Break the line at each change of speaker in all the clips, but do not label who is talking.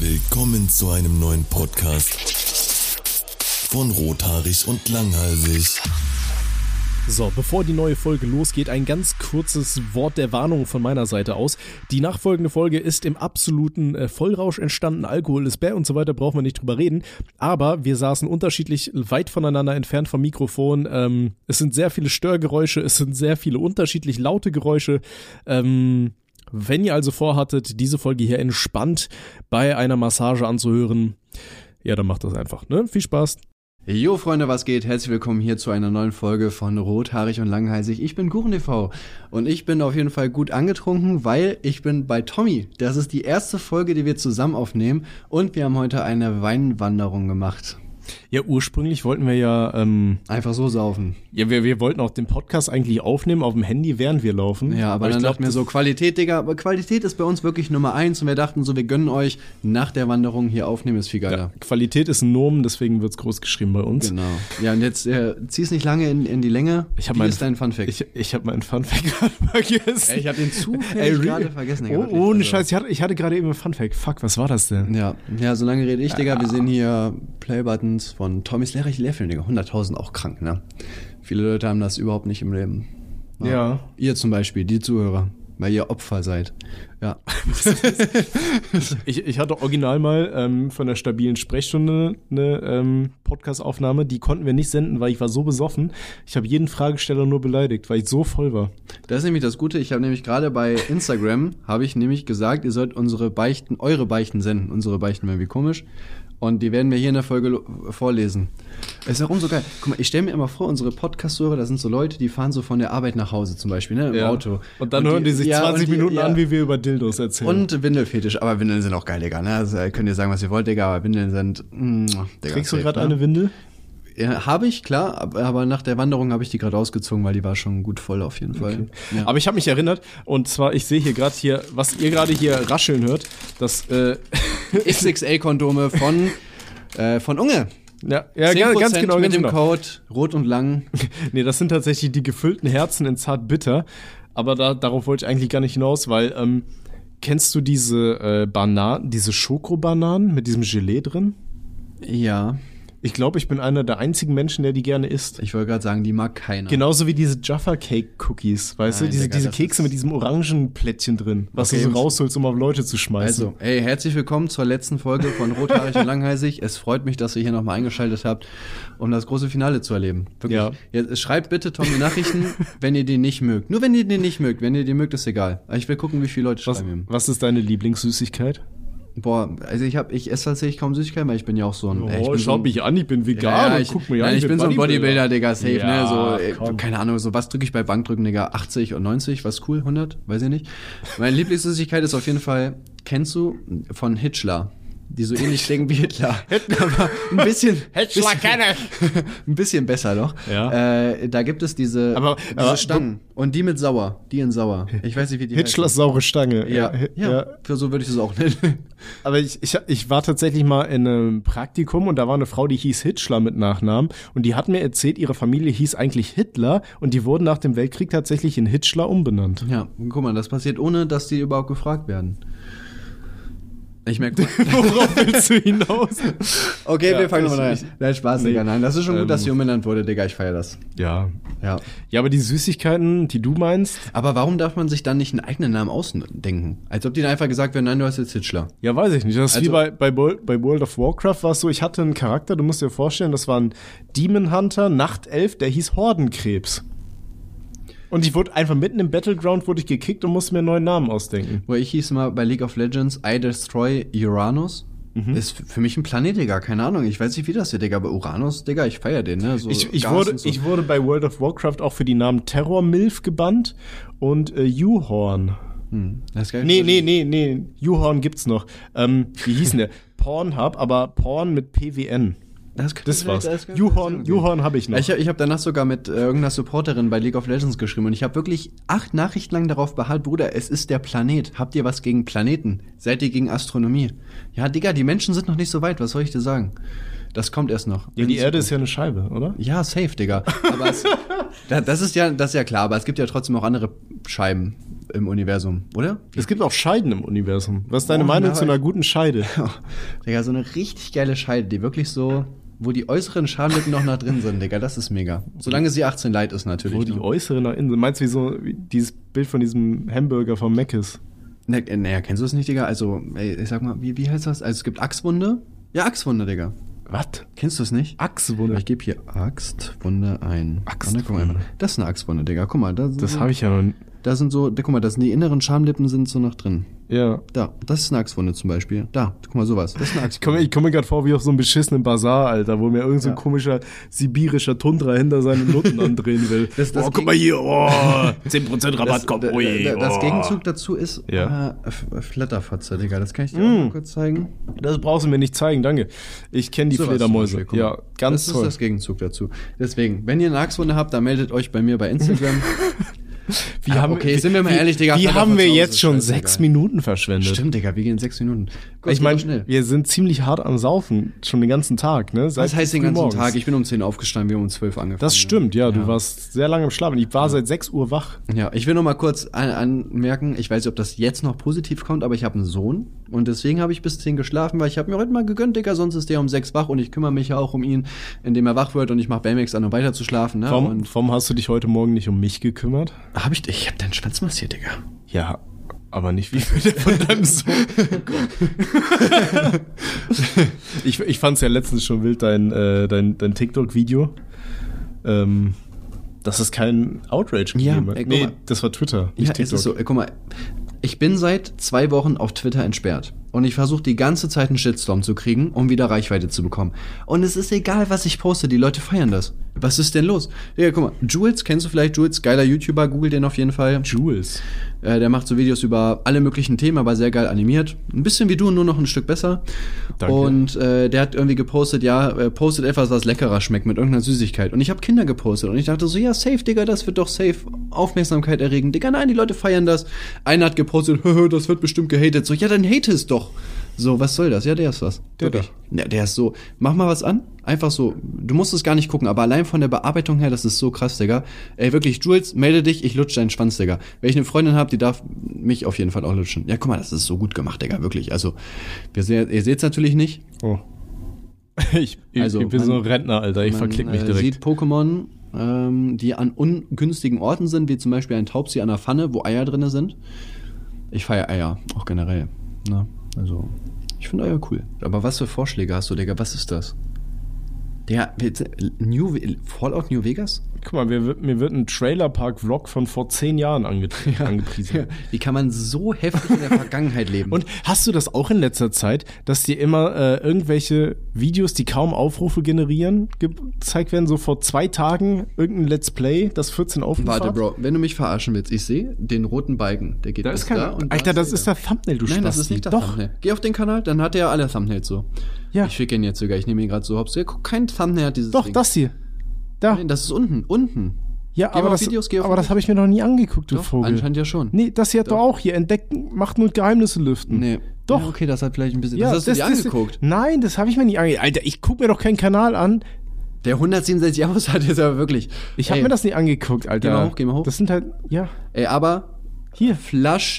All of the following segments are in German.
Willkommen zu einem neuen Podcast von Rothaarig und Langhalsig.
So, bevor die neue Folge losgeht, ein ganz kurzes Wort der Warnung von meiner Seite aus. Die nachfolgende Folge ist im absoluten äh, Vollrausch entstanden. Alkohol ist bäh und so weiter, brauchen wir nicht drüber reden. Aber wir saßen unterschiedlich weit voneinander entfernt vom Mikrofon. Ähm, es sind sehr viele Störgeräusche, es sind sehr viele unterschiedlich laute Geräusche. Ähm, wenn ihr also vorhattet, diese Folge hier entspannt bei einer Massage anzuhören, ja, dann macht das einfach. Ne? Viel Spaß.
Jo Freunde, was geht? Herzlich willkommen hier zu einer neuen Folge von Rothaarig und Langheißig. Ich bin GurenTV und ich bin auf jeden Fall gut angetrunken, weil ich bin bei Tommy. Das ist die erste Folge, die wir zusammen aufnehmen und wir haben heute eine Weinwanderung gemacht.
Ja, ursprünglich wollten wir ja, ähm,
Einfach so saufen.
ja wir, wir wollten auch den Podcast eigentlich aufnehmen auf dem Handy, während wir laufen.
Ja, aber,
ich
dann
glaub,
dachten wir so, Qualität, Digga, aber Qualität ist bei uns wirklich Nummer eins und wir dachten so, wir gönnen euch nach der Wanderung hier aufnehmen, ist viel geiler.
Qualität ist ein Nomen, deswegen wird's groß geschrieben bei uns.
Genau. Ja, und jetzt äh, zieh's nicht lange in, in die Länge.
Ich hab
Wie
mein-
ist dein Funfact?
Ich, ich habe meinen Funfact gerade vergessen.
Ey, ich hab den zufällig
re-
gerade vergessen, Digga,
Oh,
wirklich,
ohne
also.
Scheiß, ich hatte, ich hatte gerade eben einen Funfact. Fuck, was war das denn?
Ja, ja, so lange rede ich, Digga. Wir sehen hier Playbuttons von Tommys Lehrreich Leveln, Digga. 100.000 auch krank, ne? Viele Leute haben das überhaupt nicht im Leben.
Ja.
Ihr zum Beispiel, die Zuhörer, weil ihr Opfer seid. Ja.
Ich, ich hatte original mal ähm, von der stabilen Sprechstunde eine ähm, Podcast-Aufnahme, die konnten wir nicht senden, weil ich war so besoffen. Ich habe jeden Fragesteller nur beleidigt, weil ich so voll war.
Das ist nämlich das Gute. Ich habe nämlich gerade bei Instagram, habe ich nämlich gesagt, ihr sollt unsere Beichten, eure Beichten senden. Unsere Beichten wären wie komisch. Und die werden wir hier in der Folge lo- vorlesen. Es ist warum so geil. Guck mal, ich stelle mir immer vor, unsere Podcast-Hörer, das sind so Leute, die fahren so von der Arbeit nach Hause zum Beispiel, ne, im Auto.
Und dann hören die, sich
ja,
20
und die-
Minuten
ja.
an, wie wir über Dildos erzählen.
Und Windelfetisch, aber Windeln sind auch geil, Digga. Ne? Also, äh, könnt ihr sagen, was ihr wollt, Digga, aber Windeln sind. Mm, Digga,
Kriegst du
safe,
gerade
ne?
eine Windel?
Ja, habe ich, klar, aber, aber nach der Wanderung habe ich die gerade ausgezogen, weil die war schon gut voll auf jeden Fall. Ja.
Aber ich habe mich erinnert, und zwar, ich sehe hier gerade hier, was ihr gerade hier rascheln hört, das, äh,
XXL-Kondome von, äh, von Unge.
ja, ja
10%
ganz, ganz genau,
Mit
ganz
dem
genau.
Code Rot und Lang.
Nee, das sind tatsächlich die gefüllten Herzen in zart bitter. Aber da, darauf wollte ich eigentlich gar nicht hinaus, weil ähm, kennst du diese äh, Bananen, diese Schokobananen mit diesem Gelee drin?
Ja,
Ich glaube, ich bin einer der einzigen Menschen, der die gerne isst.
ich wollte gerade sagen, die mag keiner.
Genauso wie diese Jaffa Cake Cookies, weißt
Nein,
du, diese,
Digga,
diese
das
Kekse
ist-
mit diesem Orangenplättchen drin, was
Okay,
du
Jungs.
so rausholst, um auf Leute zu schmeißen.
Also, ey, herzlich willkommen zur letzten Folge von Rothaarig und Langheißig. Es freut mich, dass ihr hier nochmal eingeschaltet habt, um das große Finale zu erleben. Wirklich.
Ja.
Jetzt, schreibt bitte Tommy Nachrichten, wenn ihr den nicht mögt. Nur wenn ihr den nicht mögt. Wenn ihr den mögt, ist egal. Aber Ich will gucken, wie viele Leute
was,
schreiben ihm.
was ist deine Lieblingssüßigkeit?
Boah, also ich hab, ich esse tatsächlich kaum Süßigkeiten, weil ich bin ja auch so ein. ey, ich bin so ein-
Oh, an, ich bin
ja, ja, ich, nein,
ich
ich bin so ein Bodybuilder, Digga, safe, ne?
Ja,
So, ey,
komm.
keine Ahnung, so was drücke ich bei Bankdrücken, Digga? 80 und 90, was cool, 100, weiß ich nicht. Meine Lieblingssüßigkeit ist auf jeden Fall, kennst du, von Hitchler. Die so ähnlich klingen wie Hitler. Aber ein bisschen,
Hitler
bisschen, ein bisschen besser noch.
Ja.
Äh, da gibt es diese,
Aber-
diese
aber-
Stangen. Und die mit Sauer. Die in Sauer. Ich weiß nicht, wie die
Hitchlers saure Stange.
heißen. Ja,
Äh,
ja,
ja.
Für so würde ich es auch nennen.
Aber ich, ich, ich war tatsächlich mal in einem Praktikum und da war eine Frau, die hieß Hitchler mit Nachnamen und die hat mir erzählt, ihre Familie hieß eigentlich Hitler und die wurden nach dem Weltkrieg tatsächlich in Hitchler umbenannt.
Ja, guck mal, das passiert ohne, dass die überhaupt gefragt werden. Ich merke,
Worauf willst du hinaus?
Okay,
Ja,
wir fangen
ich-
nochmal an.
ich-
Nein, Spaß, Digga. Nein, das ist schon
Ähm.
gut, dass die umbenannt wurde, Digga. Ich feier das.
Ja.
Ja.
Ja, aber die Süßigkeiten, die du meinst,
Aber warum darf man sich dann nicht einen eigenen Namen ausdenken? Als ob denen einfach gesagt wird, nein, du hast jetzt Hitchler.
ja, weiß ich nicht. Das ist wie
Also-
bei, bei, Bol- bei World of Warcraft war es so, ich hatte einen Charakter, du musst dir vorstellen, das war ein Demon Hunter, Nachtelf, der hieß Hordenkrebs. Und ich wurde einfach mitten im Battleground wurde ich gekickt und musste mir einen neuen Namen ausdenken.
Wo ich hieß mal bei League of Legends, I destroy Uranus.
Mhm.
Ist f- für mich ein Planet, Digga. Keine Ahnung. Ich weiß nicht, wie das wird, Digga. Aber Uranus, Digga, ich feier den, ne? So
Ich, ich,
Gas
wurde,
und so.
ich wurde bei World of Warcraft auch für die Namen Terror Milf gebannt und äh, Juhorn.
Hm. das ist geil.
Nee, nee, nee, nee. Juhorn gibt's noch. Ähm, wie hießen der? Pornhub, aber Porn mit PWN.
Das,
Das war's. Juhorn, Juhorn habe ich noch.
Ich, hab- ich habe danach sogar mit äh, irgendeiner Supporterin bei League of Legends geschrieben und ich habe wirklich acht Nachrichten lang darauf beharrt, Bruder, es ist der Planet. Habt ihr was gegen Planeten? Seid ihr gegen Astronomie? Ja, Digga, die Menschen sind noch nicht so weit, was soll ich dir sagen? Das kommt erst noch.
ja, die Erde ist ja eine Scheibe, oder?
Ja, safe, Digga. Aber es, da- das, ist ja, das ist ja klar, aber es gibt ja trotzdem auch andere Scheiben. Äh, im Universum, oder?
Es gibt auch Scheiden im Universum. Was ist deine
Oh,
Meinung
na,
zu einer guten Scheide?
Oh, Digga, so eine richtig geile Scheide, die wirklich so, wo die äußeren Schamlippen noch nach drin sind, Digga, das ist mega. Solange sie 18 light ist natürlich.
Wo die
ne?
äußere nach innen. Meinst du, wie so wie dieses Bild von diesem Hamburger vom Mac ist?
Na, äh, naja, kennst du das nicht, Digga? Also, ey, ich sag mal, wie, wie heißt das? Also, es gibt Achswunde. Ja, Achswunde, Digga.
Was?
Kennst du es nicht?
Achswunde.
Ich gebe hier Axtwunde ein.
Axtwunde.
Ah, guck mal einmal. Das ist eine Axtwunde, Digga. Guck mal, da sind,
Das habe ich ja noch. n-
da sind so, da, guck mal, da sind die inneren Schamlippen sind so noch drin.
Ja.
Da, das ist eine Axtwunde zum Beispiel. Da, guck mal, sowas. Das ist eine
Ich komme
Axtwunde.
ich komm mir gerade vor wie auf so einem beschissenen Bazar, Alter, wo mir irgend so ein
Ja.
komischer sibirischer Tundra hinter seinen Nutten andrehen will.
Das- das
oh,
ging-
guck mal hier, oh, 10% Rabatt,
Das,
komm,
da-
ui,
da- das
oh.
Gegenzug dazu ist
Ja. Mm.
äh, F- Flatterfotze, Digga. Das kann ich dir auch mal kurz zeigen.
Das brauchst du mir nicht zeigen, danke. Ich kenne die
Sowas zum
Fledermäuse.
Beispiel, guck mal.
Ja, ganz
das
toll.
ist das Gegenzug dazu. Deswegen, wenn ihr eine Achswunde habt, dann meldet euch bei mir bei Instagram.
Wie
Ah, okay, sind wir mal ehrlich, Digga,
Wie
Vater
haben
von
wir
zu Hause
jetzt
ist
schon
scheißegal.
sechs Minuten verschwendet?
Stimmt, Digga, wir gehen sechs Minuten. Gott,
Ich
geht doch
meine,
schnell.
wir sind ziemlich hart am Saufen, schon den ganzen Tag, ne? Seit
das heißt den
früh
ganzen
morgens.
Tag. Ich bin um 10 aufgestanden, wir haben um 12 angefangen.
Das stimmt, ja, du
Ja.
warst sehr lange im Schlaf und ich war seit 6 Uhr wach.
Ja, ich will noch mal kurz an anmerken, ich weiß nicht, ob das jetzt noch positiv kommt, aber ich habe einen Sohn und deswegen habe ich bis 10 geschlafen, weil ich habe mir heute mal gegönnt, Digga, sonst ist der um 6 wach und ich kümmere mich ja auch um ihn, indem er wach wird und ich mache Baymax an, um weiter zu schlafen. Ne?
Warum,
Und
warum hast du dich heute Morgen nicht um mich gekümmert?
hab ich, ich hab deinen Schwanz massiert, Digga.
Ja, aber nicht wie viel der von deinem Sohn. ich ich fand es ja letztens schon wild, dein, äh, dein, dein TikTok-Video. Ähm, dass es keinen Outrage
Ja,
gegeben hat.
ey, guck
Nee,
mal.
das war Twitter, nicht
ja,
TikTok.
es ist so. Guck mal, ich bin seit zwei Wochen auf Twitter entsperrt. Und ich versuche die ganze Zeit einen Shitstorm zu kriegen, um wieder Reichweite zu bekommen. Und es ist egal, was ich poste, die Leute feiern das. Was ist denn los? Ja, guck mal, Jules, kennst du vielleicht Jules? Geiler YouTuber, google den auf jeden Fall.
Jules.
Äh, der macht so Videos über alle möglichen Themen, aber sehr geil animiert. Ein bisschen wie du, nur noch ein Stück besser.
Danke.
Und äh, der hat irgendwie gepostet, ja, äh, postet etwas, was leckerer schmeckt mit irgendeiner Süßigkeit. Und ich habe Kinder gepostet und ich dachte so, ja, safe, Digga, das wird doch safe Aufmerksamkeit erregen. Digga, nein, die Leute feiern das. Einer hat gepostet, höhö, das wird bestimmt gehatet. So, ja, dann hate es doch. So, was soll das? Ja, der ist was.
Der
Wirklich. Ja, der ist so. Mach mal was an. Einfach so. Du musst es gar nicht gucken, aber allein von der Bearbeitung her, das ist so krass, Digga. Ey, wirklich, Jules, melde dich, ich lutsche deinen Schwanz, Digga. Wenn ich eine Freundin habe, die darf mich auf jeden Fall auch lutschen. Ja, guck mal, das ist so gut gemacht, Digga, wirklich. Also, wir se ihr seht's natürlich nicht.
Oh. Ich, ich,
Also,
ich bin so ein
man-
Rentner, Alter. Ich verklick mich
äh,
direkt.
sieht Pokémon, ähm, die an ungünstigen Orten sind, wie zum Beispiel ein Taubsi an der Pfanne, wo Eier drinne sind. Ich feiere Eier, auch generell. Ne? Also, ich finde Eier cool. Aber was für Vorschläge hast du, Digga? Was ist das? Der New, Fallout New Vegas?
Guck mal, mir wird, mir wird ein Trailerpark-Vlog von vor zehn Jahren angetrie- angepriesen.
Wie kann man so heftig in der Vergangenheit leben?
Und hast du das auch in letzter Zeit, dass dir immer äh, irgendwelche Videos, die kaum Aufrufe generieren, ge- gezeigt werden? So vor zwei Tagen irgendein Let's Play, das 14 Aufrufe
Warte,
hat?
Bro, wenn du mich verarschen willst, ich sehe den roten Balken. Der geht
Da
bis
ist kein,
da und da
Alter, das
der.
ist der Thumbnail, du
Nein, das
Spasti.
ist nicht das
Doch.
Thumbnail. Geh auf den Kanal, dann hat er alle Thumbnails so.
Ja.
Ich schicke ihn jetzt sogar, ich nehme ihn gerade so hops. Ja, guck, kein Thumbnail hat dieses
Doch,
Ding.
das hier. Da.
Nein, das ist unten, unten.
ja,
geh mal
aber
auf
das,
Videos, geh auf
aber das
Videos.
habe ich mir noch nie angeguckt, du
Doch,
Vogel.
anscheinend ja schon.
Nee, das hier hat doch auch hier. Entdecken macht nur Geheimnisse lüften.
Nee.
Doch.
Ja, okay, das hat vielleicht ein bisschen... das hast du dir angeguckt.
nein, das habe ich mir nicht angeguckt. Alter, ich gucke mir doch keinen Kanal an.
Der 167 Abos hat jetzt aber wirklich...
Ich habe
Ey,
mir das nicht angeguckt, Alter.
Geh mal hoch, geh mal hoch.
Das sind halt, ja.
Ey, aber...
Hier.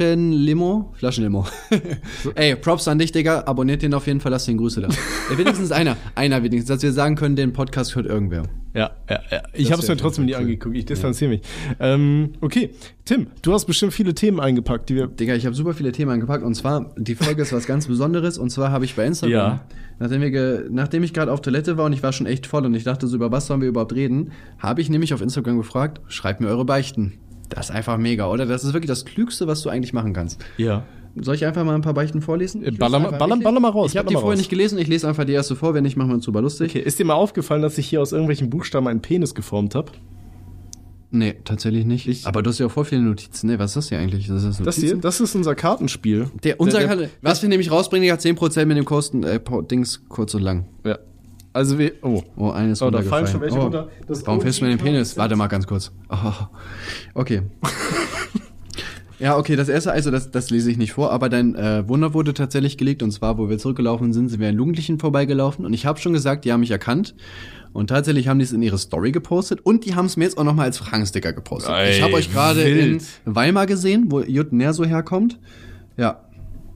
Flaschenlimo? Flaschenlimo. Ey, Props an dich, Digga. Abonniert den auf jeden Fall, lass den Grüße da. Ey, wenigstens einer. Einer wenigstens, dass wir sagen können, den Podcast hört irgendwer.
Ja, ja, ja. Ich
Das
habe es
wär
mir trotzdem nie
cool.
angeguckt. Ich distanziere mich. Ähm, okay, Tim, du hast bestimmt viele Themen eingepackt, die wir.
Digga, ich habe super viele Themen angepackt und zwar, die Folge ist was ganz Besonderes und zwar habe ich bei Instagram,
Ja.
nachdem, wir ge, nachdem ich gerade auf Toilette war und ich war schon echt voll und ich dachte so, über was sollen wir überhaupt reden, habe ich nämlich auf Instagram gefragt, schreibt mir eure Beichten. Das ist einfach mega, oder? Das ist wirklich das Klügste, was du eigentlich machen kannst.
Ja.
Soll ich einfach mal ein paar Beichten vorlesen?
Äh,
Ich
baller
lese
mal-
einfach-
baller-
ich-
baller mal raus,
Ich habe
baller
die
mal
vorher
raus.
nicht gelesen, ich lese einfach die erste vor, wenn nicht, machen wir uns super lustig.
Okay, ist dir mal aufgefallen, dass ich hier aus irgendwelchen Buchstaben einen Penis geformt habe?
Nee, tatsächlich nicht.
Ich-
Aber du hast ja auch voll viele Notizen. Nee, was ist das hier eigentlich? Das ist
Das hier, das ist unser Kartenspiel.
Der, unser
Der- der-
Kanal, was wir nämlich rausbringen, Digga, 10% mit dem Kosten, äh, po- Dings kurz und lang.
Ja. Also wir. Oh.
Oh, eines
Oh, da
runtergefallen.
fallen schon welche
oh.
runter. Das
Warum
OG
fährst du mir den Penis?
Prozent.
Warte mal ganz kurz. Oh. Okay. Ja, okay, das erste, also das, das lese ich nicht vor, aber dein äh, Wunder wurde tatsächlich gelegt und zwar, wo wir zurückgelaufen sind, sind wir an Jugendlichen vorbeigelaufen und ich habe schon gesagt, die haben mich erkannt und tatsächlich haben die es in ihre Story gepostet und die haben es mir jetzt auch nochmal als Fragensticker gepostet.
Ey,
ich habe euch gerade in
wild.
Weimar gesehen, wo Jut so herkommt. Ja,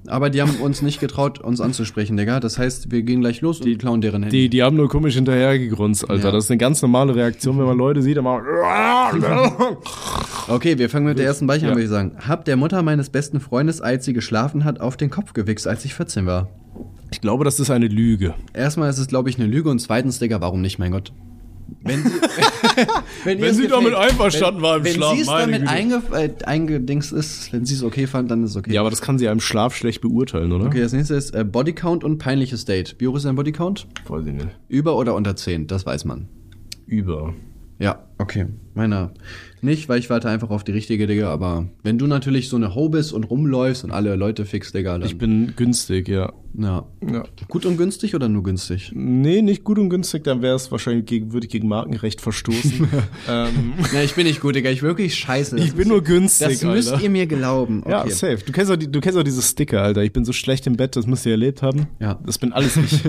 aber die haben uns nicht getraut, uns anzusprechen, Digga. Das heißt, wir gehen gleich los und die klauen deren Handy.
Die, die haben nur komisch hinterhergegrunzt, Alter.
Ja.
Das ist eine ganz normale Reaktion, wenn man Leute sieht, dann machen
Okay, wir fangen mit der ersten Beichte an,
Ja.
würde ich sagen. Hab der Mutter meines besten Freundes, als sie geschlafen hat, auf den Kopf gewichst, als ich 14 war.
Ich glaube, das ist eine Lüge.
Erstmal ist es, glaube ich, eine Lüge und zweitens, Digga, warum nicht, mein Gott? Wenn sie, wenn ihr
Wenn
es
sie
gefällt-
damit einverstanden war im
wenn
Schlaf,
sie es
meine
damit
Güte.
einge, äh, eingedings ist, wenn sie es okay fand, dann ist es okay.
Ja, aber das kann sie ja im Schlaf schlecht beurteilen, oder?
Okay, das nächste ist äh, Bodycount und peinliches Date. Wie hoch ist dein Bodycount?
Weiß ich nicht.
Über oder unter 10, das weiß man.
Über.
Ja, okay. Meiner nicht, weil ich warte einfach auf die richtige, Digga, aber wenn du natürlich so eine Ho bist und rumläufst und alle Leute fix, Digga, dann,
Ich bin günstig, ja.
ja.
ja.
Gut und günstig oder nur günstig?
Nee, nicht gut und günstig, dann wäre es wahrscheinlich gegen, würde ich gegen Markenrecht verstoßen. ähm,
Ja, ich bin nicht gut, Digga, ich bin wirklich scheiße.
ich bin nur günstig,
Das
Alter.
müsst ihr mir glauben.
Ja, safe. Du kennst, auch die, du kennst auch diese Sticker, Alter. Ich bin so schlecht im Bett, das müsst ihr erlebt haben.
Ja.
Das bin alles ich.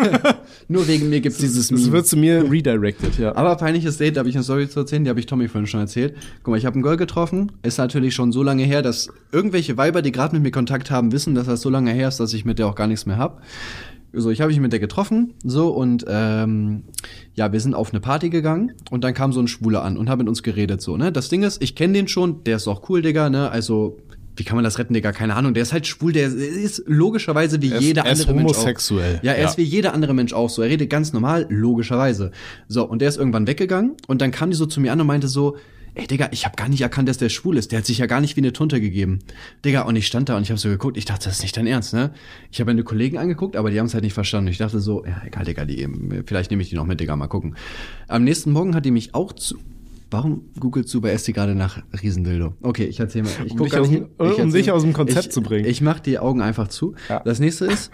Nur wegen mir gibt's dieses
das wird zu mir redirected, ja.
Aber peinliches Date, da habe ich eine Story zu erzählen, die habe ich Tommy vorhin schon erzählt. Guck mal, ich habe ein Girl getroffen. Ist natürlich schon so lange her, dass irgendwelche Weiber, die gerade mit mir Kontakt haben, wissen, dass das so lange her ist, dass ich mit der auch gar nichts mehr hab. So, ich habe mich mit der getroffen, so und ähm, ja, wir sind auf eine Party gegangen und dann kam so ein Schwuler an und hat mit uns geredet, so, ne? Das Ding ist, ich kenne den schon, der ist auch cool, Digga, ne? Also, wie kann man das retten, Digga? Keine Ahnung, der ist halt schwul, der ist logischerweise wie
Er ist-
jeder
er ist
andere Mensch auch.
homosexuell.
Ja, er
Ja.
ist wie jeder andere Mensch auch so. Er redet ganz normal, logischerweise. So, und der ist irgendwann weggegangen und dann kam die so zu mir an und meinte so, ey Digga, ich habe gar nicht erkannt, dass der schwul ist. Der hat sich ja gar nicht wie eine Tunte gegeben. Digga, und ich stand da und ich habe so geguckt, ich dachte, das ist nicht dein Ernst, ne? Ich habe meine Kollegen angeguckt, aber die haben es halt nicht verstanden. Ich dachte so, ja, egal, Digga, die, vielleicht nehme ich die noch mit, Digga, mal gucken. Am nächsten Morgen hat die mich auch zu. Warum googelst du bei Esti gerade nach Riesendildo? Okay, ich erzähl mal. Ich
Um
guck
dich
gar
aus
nicht
dem-
hin. Ich
um dich
erzähl-
aus dem Konzept
ich,
zu bringen.
Ich mach die Augen einfach zu.
Ja.
Das nächste ist,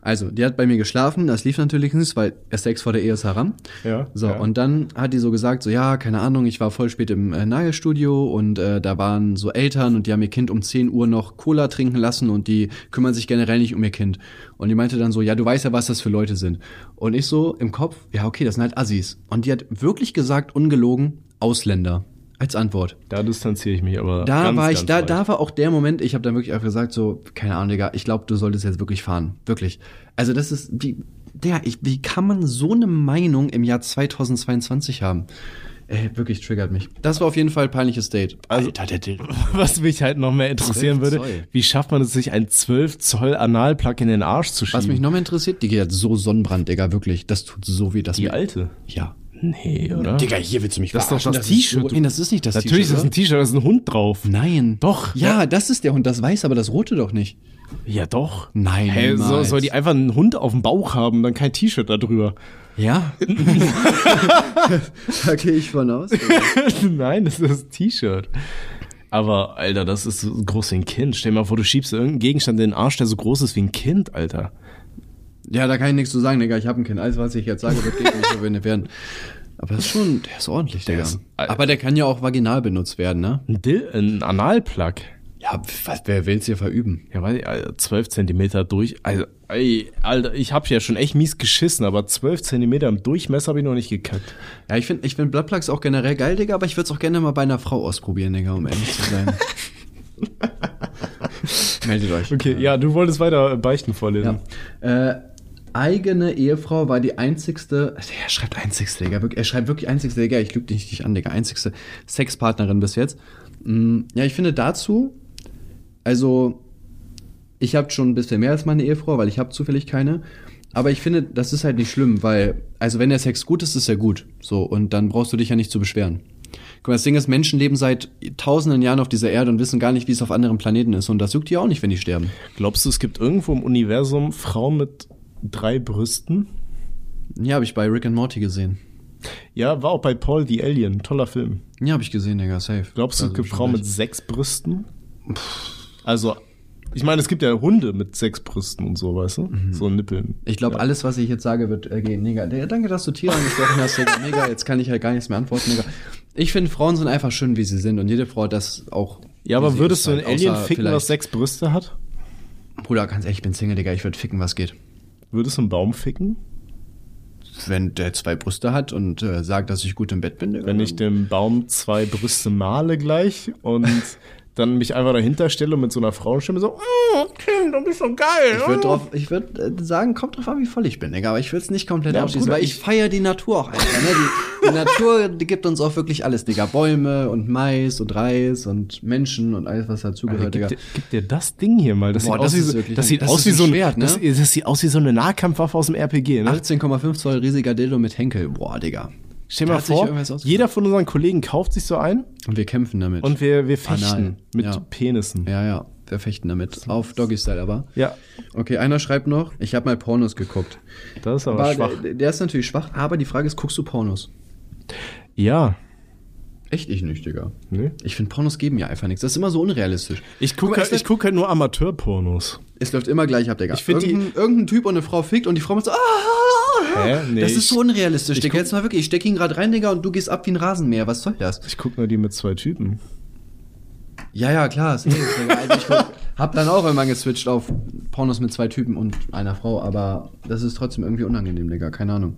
also, die hat bei mir geschlafen, das lief natürlich nicht, weil erst Sex vor der Ehe ist haram.
Ja,
So,
ja.
und dann hat die so gesagt, so, ja, keine Ahnung, ich war voll spät im äh, Nagelstudio und äh, da waren so Eltern und die haben ihr Kind um 10 Uhr noch Cola trinken lassen und die kümmern sich generell nicht um ihr Kind. Und die meinte dann so, ja, du weißt ja, was das für Leute sind. Und ich so im Kopf, ja, okay, das sind halt Assis. Und die hat wirklich gesagt, ungelogen, Ausländer als Antwort.
da distanziere ich mich aber.
Da
ganz,
war ich,
ganz
da,
weit.
da war auch der Moment, ich habe dann wirklich einfach gesagt, so, keine Ahnung, Digga, ich glaube, du solltest jetzt wirklich fahren. Wirklich. Also das ist, wie, der, ich, wie kann man so eine Meinung im Jahr 2022 haben? Ey, wirklich triggert mich. Das war auf jeden Fall ein peinliches Date.
Also, was mich halt noch mehr interessieren
12
würde,
Zoll.
wie schafft man es, sich ein 12 Zoll Analplug in den Arsch zu schieben?
Was mich noch mehr interessiert, Digga, die hat so Sonnenbrand, Digga, wirklich. Das tut so weh, das
Die alte?
Ja.
Nee, oder?
hier willst du mich
Das ist doch
verarschen?
das
ist
T-Shirt,
So,
du-
Nein, das ist nicht das
Natürlich ist das ein
oder?
T-Shirt, da ist ein Hund drauf.
Nein.
Doch.
Ja, das ist der Hund, das weiß aber das rote doch nicht.
Ja, doch.
Nein,
Hey, so,
niemals.
soll die einfach einen Hund auf dem Bauch haben, dann kein T-Shirt darüber?
Ja. da gehe ich von aus.
Nein, das ist das T-Shirt. Aber, Alter, das ist so groß wie ein Kind. Stell dir mal vor, du schiebst irgendeinen Gegenstand in den Arsch, der so groß ist wie ein Kind, Alter.
Ja, da kann ich nichts zu sagen, Digga. Ich habe ein Kind. Alles, was ich jetzt sage, wird gegen mich verwendet werden. Aber das ist schon, der ist ordentlich, Digga.
ist-
Aber der kann ja auch vaginal benutzt werden, ne?
Ein, Dill, ein Analplug.
Ja, was, wer will's hier verüben?
Ja, weil Alter, 12 Zentimeter durch. Also, ey, Alter, ich hab ja schon echt mies geschissen, aber 12 Zentimeter im Durchmesser habe ich noch nicht gekackt.
Ja, ich finde ich find Bloodplugs auch generell geil, Digga, aber ich würde es auch gerne mal bei einer Frau ausprobieren, Digga, um ehrlich zu sein. Meldet euch.
Okay, ja, du wolltest weiter Beichten vorlesen.
Ja. Äh, eigene Ehefrau war die einzigste, er schreibt einzigste, Digga, wirklich- er schreibt wirklich einzigste, Digga, ich lüge dich nicht an, Digga, einzigste Sexpartnerin bis jetzt. Mm, Ja, ich finde dazu, also ich habe schon ein bisschen mehr als meine Ehefrau, weil ich habe zufällig keine. Aber ich finde, das ist halt nicht schlimm, weil, also wenn der Sex gut ist, ist er gut. So, und dann brauchst du dich ja nicht zu beschweren. Guck mal, das Ding ist, Menschen leben seit tausenden Jahren auf dieser Erde und wissen gar nicht, wie es auf anderen Planeten ist. Und das juckt die auch nicht, wenn die sterben.
Glaubst du, es gibt irgendwo im Universum Frauen mit drei Brüsten?
Ja, habe ich bei Rick and Morty gesehen.
Ja, war auch bei Paul the Alien. Toller Film.
Ja, habe ich gesehen, Digga, safe.
Glaubst du, es
Also,
gibt Frauen mit
vielleicht.
sechs Brüsten? Also, ich meine, es gibt ja Hunde mit sechs Brüsten und so, weißt du? So Nippeln.
Ich glaube, alles, was ich jetzt sage, wird äh, gehen. Digga, Digga, danke, dass du Tiere angesprochen hast. Digga. Mega, jetzt kann ich halt gar nichts mehr antworten, Digga. Ich finde, Frauen sind einfach schön, wie sie sind. Und jede Frau hat das auch
Ja, aber
Easy
würdest du
ist
einen
halt,
Alien
außer
ficken, was
vielleicht-
sechs Brüste hat?
Bruder, ganz ehrlich, ich bin Single, Digga, ich würde ficken, was geht.
Würdest du einen Baum ficken?
Wenn der zwei Brüste hat und äh, sagt, dass ich gut im Bett bin, Digga.
Wenn ich dem Baum zwei Brüste male gleich und dann mich einfach dahinter stelle und mit so einer Frauenstimme so, oh, Kind, du bist so geil.
Ich würde drauf, ich würde äh, sagen, kommt drauf an, wie voll ich bin, Digga, aber ich würde es nicht komplett
Ja,
abschließen,
Bruder,
weil ich,
ich-
feiere die Natur auch einfach, ne? Die, die Natur die gibt uns auch wirklich alles, Digga. Bäume und Mais und Reis und Menschen und alles, was
Alter, gib,
dazugehört, Digga.
Oh. dir, gib dir das Ding hier mal. Das
Boah,
sieht
das
aus wie
ist
so,
wirklich
das
ein-
sieht
das
aus
ist
wie
ein
so ein
Schwert, ne?
das, das sieht aus wie so eine Nahkampfwaffe aus dem RPG, ne?
18,5 Zoll riesiger Dildo mit Henkel, boah, Digga.
Stell
da
mal
hat sich
vor,
irgendwas ausgedacht.
jeder von unseren Kollegen kauft sich so einen
Und wir kämpfen damit.
und wir, wir fechten
Anal,
mit
Ah, ja.
Penissen.
ja, ja, wir fechten damit. Auf Doggy-Style aber.
Ja.
Okay, einer schreibt noch, ich habe mal Pornos geguckt.
das ist aber
Aber
schwach.
Der, der ist natürlich schwach, aber die Frage ist, guckst du Pornos?
Ja.
Echt ich nicht, Digga.
Nee.
Ich finde, Pornos geben ja einfach nichts. Das ist immer so unrealistisch.
Ich
Guck mal,
gucke
ist das-
ich guck halt nur Amateurpornos.
Es läuft immer gleich ab, Digga.
Ich find die-
irgendein, irgendein Typ und eine Frau fickt und die Frau macht so, ah,
Hä? Nee,
das
ich-
ist so unrealistisch,
ich
Digga.
guck-
Jetzt mal wirklich, ich steck ihn gerade rein, Digga, und du gehst ab wie ein Rasenmäher. Was soll das?
Ich gucke nur die mit zwei Typen.
Ja, ja, klar, ist eh, Digga. Also ich guck, hab dann auch irgendwann geswitcht auf Pornos mit zwei Typen und einer Frau, aber das ist trotzdem irgendwie unangenehm, Digga, keine Ahnung.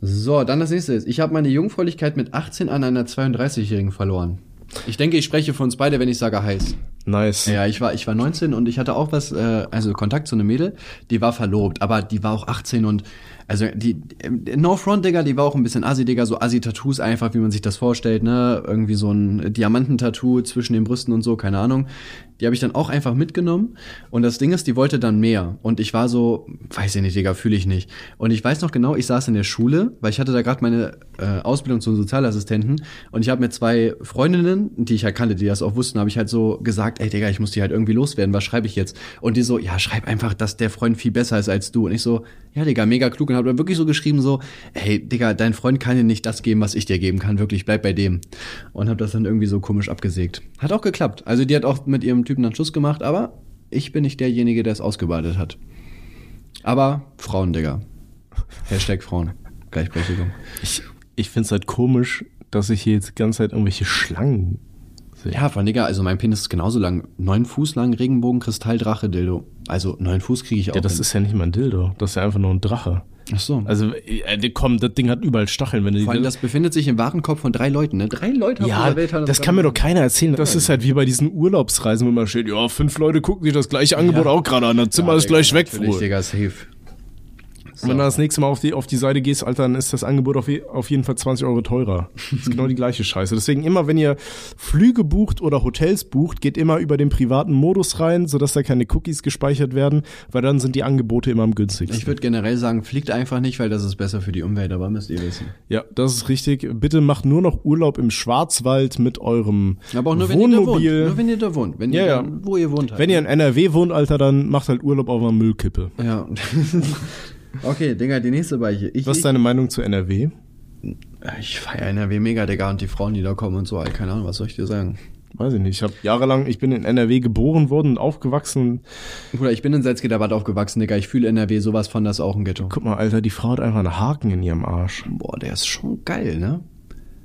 So, dann das nächste ist, ich habe meine Jungfräulichkeit mit 18 an einer 32-Jährigen verloren. Ich denke, ich spreche für uns beide, wenn ich sage heiß.
Nice.
Ja, ich war, ich war 19 und ich hatte auch was, äh, also Kontakt zu einem Mädel, die war verlobt, aber die war auch 18 und, also die, äh, no front, Digga, die war auch ein bisschen assi, Digga, so assi-Tattoos einfach, wie man sich das vorstellt, ne, irgendwie so ein Diamantentatoo zwischen den Brüsten und so, keine Ahnung. Die habe ich dann auch einfach mitgenommen und das Ding ist, die wollte dann mehr und ich war so, weiß ich nicht, Digga, fühle ich nicht. Und ich weiß noch genau, ich saß in der Schule, weil ich hatte da gerade meine äh, Ausbildung zum Sozialassistenten und ich habe mir zwei Freundinnen, die ich halt kannte, die das auch wussten, habe ich halt so gesagt, ey Digga, ich muss die halt irgendwie loswerden, was schreibe ich jetzt? Und die so, ja, schreib einfach, dass der Freund viel besser ist als du. Und ich so, ja Digga, mega klug und habe dann wirklich so geschrieben so, hey Digga, dein Freund kann dir nicht das geben, was ich dir geben kann, wirklich, bleib bei dem. Und habe das dann irgendwie so komisch abgesägt. Hat auch geklappt. Also die hat auch mit ihrem Typen dann Schluss gemacht, aber ich bin nicht derjenige, der es ausgebadet hat. Aber Frauen, Digga. Hashtag Frauen. Gleichberechtigung.
Ich, ich finde es halt komisch, dass ich hier jetzt die ganze Zeit irgendwelche Schlangen sehe.
Ja, von Digga, also mein Penis ist genauso lang. Neun Fuß lang, Regenbogen, Kristall, Drache, Dildo. Also neun Fuß kriege ich auch.
Ja, das
hin.
ist ja nicht mal ein Dildo. Das ist ja einfach nur ein Drache.
Ach so. Also,
Also, äh, komm, das Ding hat überall Stacheln, wenn du
Vor allem, das befindet sich im Warenkorb von drei Leuten, ne? Drei Leute auf
ja,
dieser Welt halt haben
das kann mir doch keiner erzählen. Das ist halt wie bei diesen Urlaubsreisen, wo man steht, ja, fünf Leute gucken sich das gleiche Angebot auch gerade an, das Zimmer ist gleich weg.
Natürlich,
Frohe.
Digga, safe.
Und wenn du das nächste Mal auf die, auf die Seite gehst, Alter, dann ist das Angebot auf, je, auf jeden Fall 20 Euro teurer. Das ist genau die gleiche Scheiße. Deswegen immer, wenn ihr Flüge bucht oder Hotels bucht, geht immer über den privaten Modus rein, sodass da keine Cookies gespeichert werden, weil dann sind die Angebote immer am günstigsten.
Ich würde generell sagen, fliegt einfach nicht, weil das ist besser für die Umwelt, aber müsst ihr wissen.
ja, das ist richtig. Bitte macht nur noch Urlaub im Schwarzwald mit eurem
Aber auch nur, wenn ihr da wohnt.
Wohnmobil.
Nur wenn ihr da wohnt. Wenn
Ja,
ihr,
ja.
dann- Wo ihr wohnt halt.
Wenn ihr in NRW wohnt, Alter, dann macht halt Urlaub auf einer Müllkippe.
Ja. okay, Digga, die nächste Beiche. Ich,
Was ist
ich,
deine Meinung zu NRW?
ich feier NRW mega, Digga, und die Frauen, die da kommen und so, ey, keine Ahnung, was soll ich dir sagen?
Weiß ich nicht. Ich habe jahrelang, ich bin in NRW geboren worden und aufgewachsen.
Bruder, ich bin in Salzgitter-Bad aufgewachsen, Digga. Ich fühle NRW sowas von, das ist auch ein Ghetto.
Guck mal, Alter, die Frau hat einfach einen Haken in ihrem Arsch.
Boah, der ist schon geil, ne?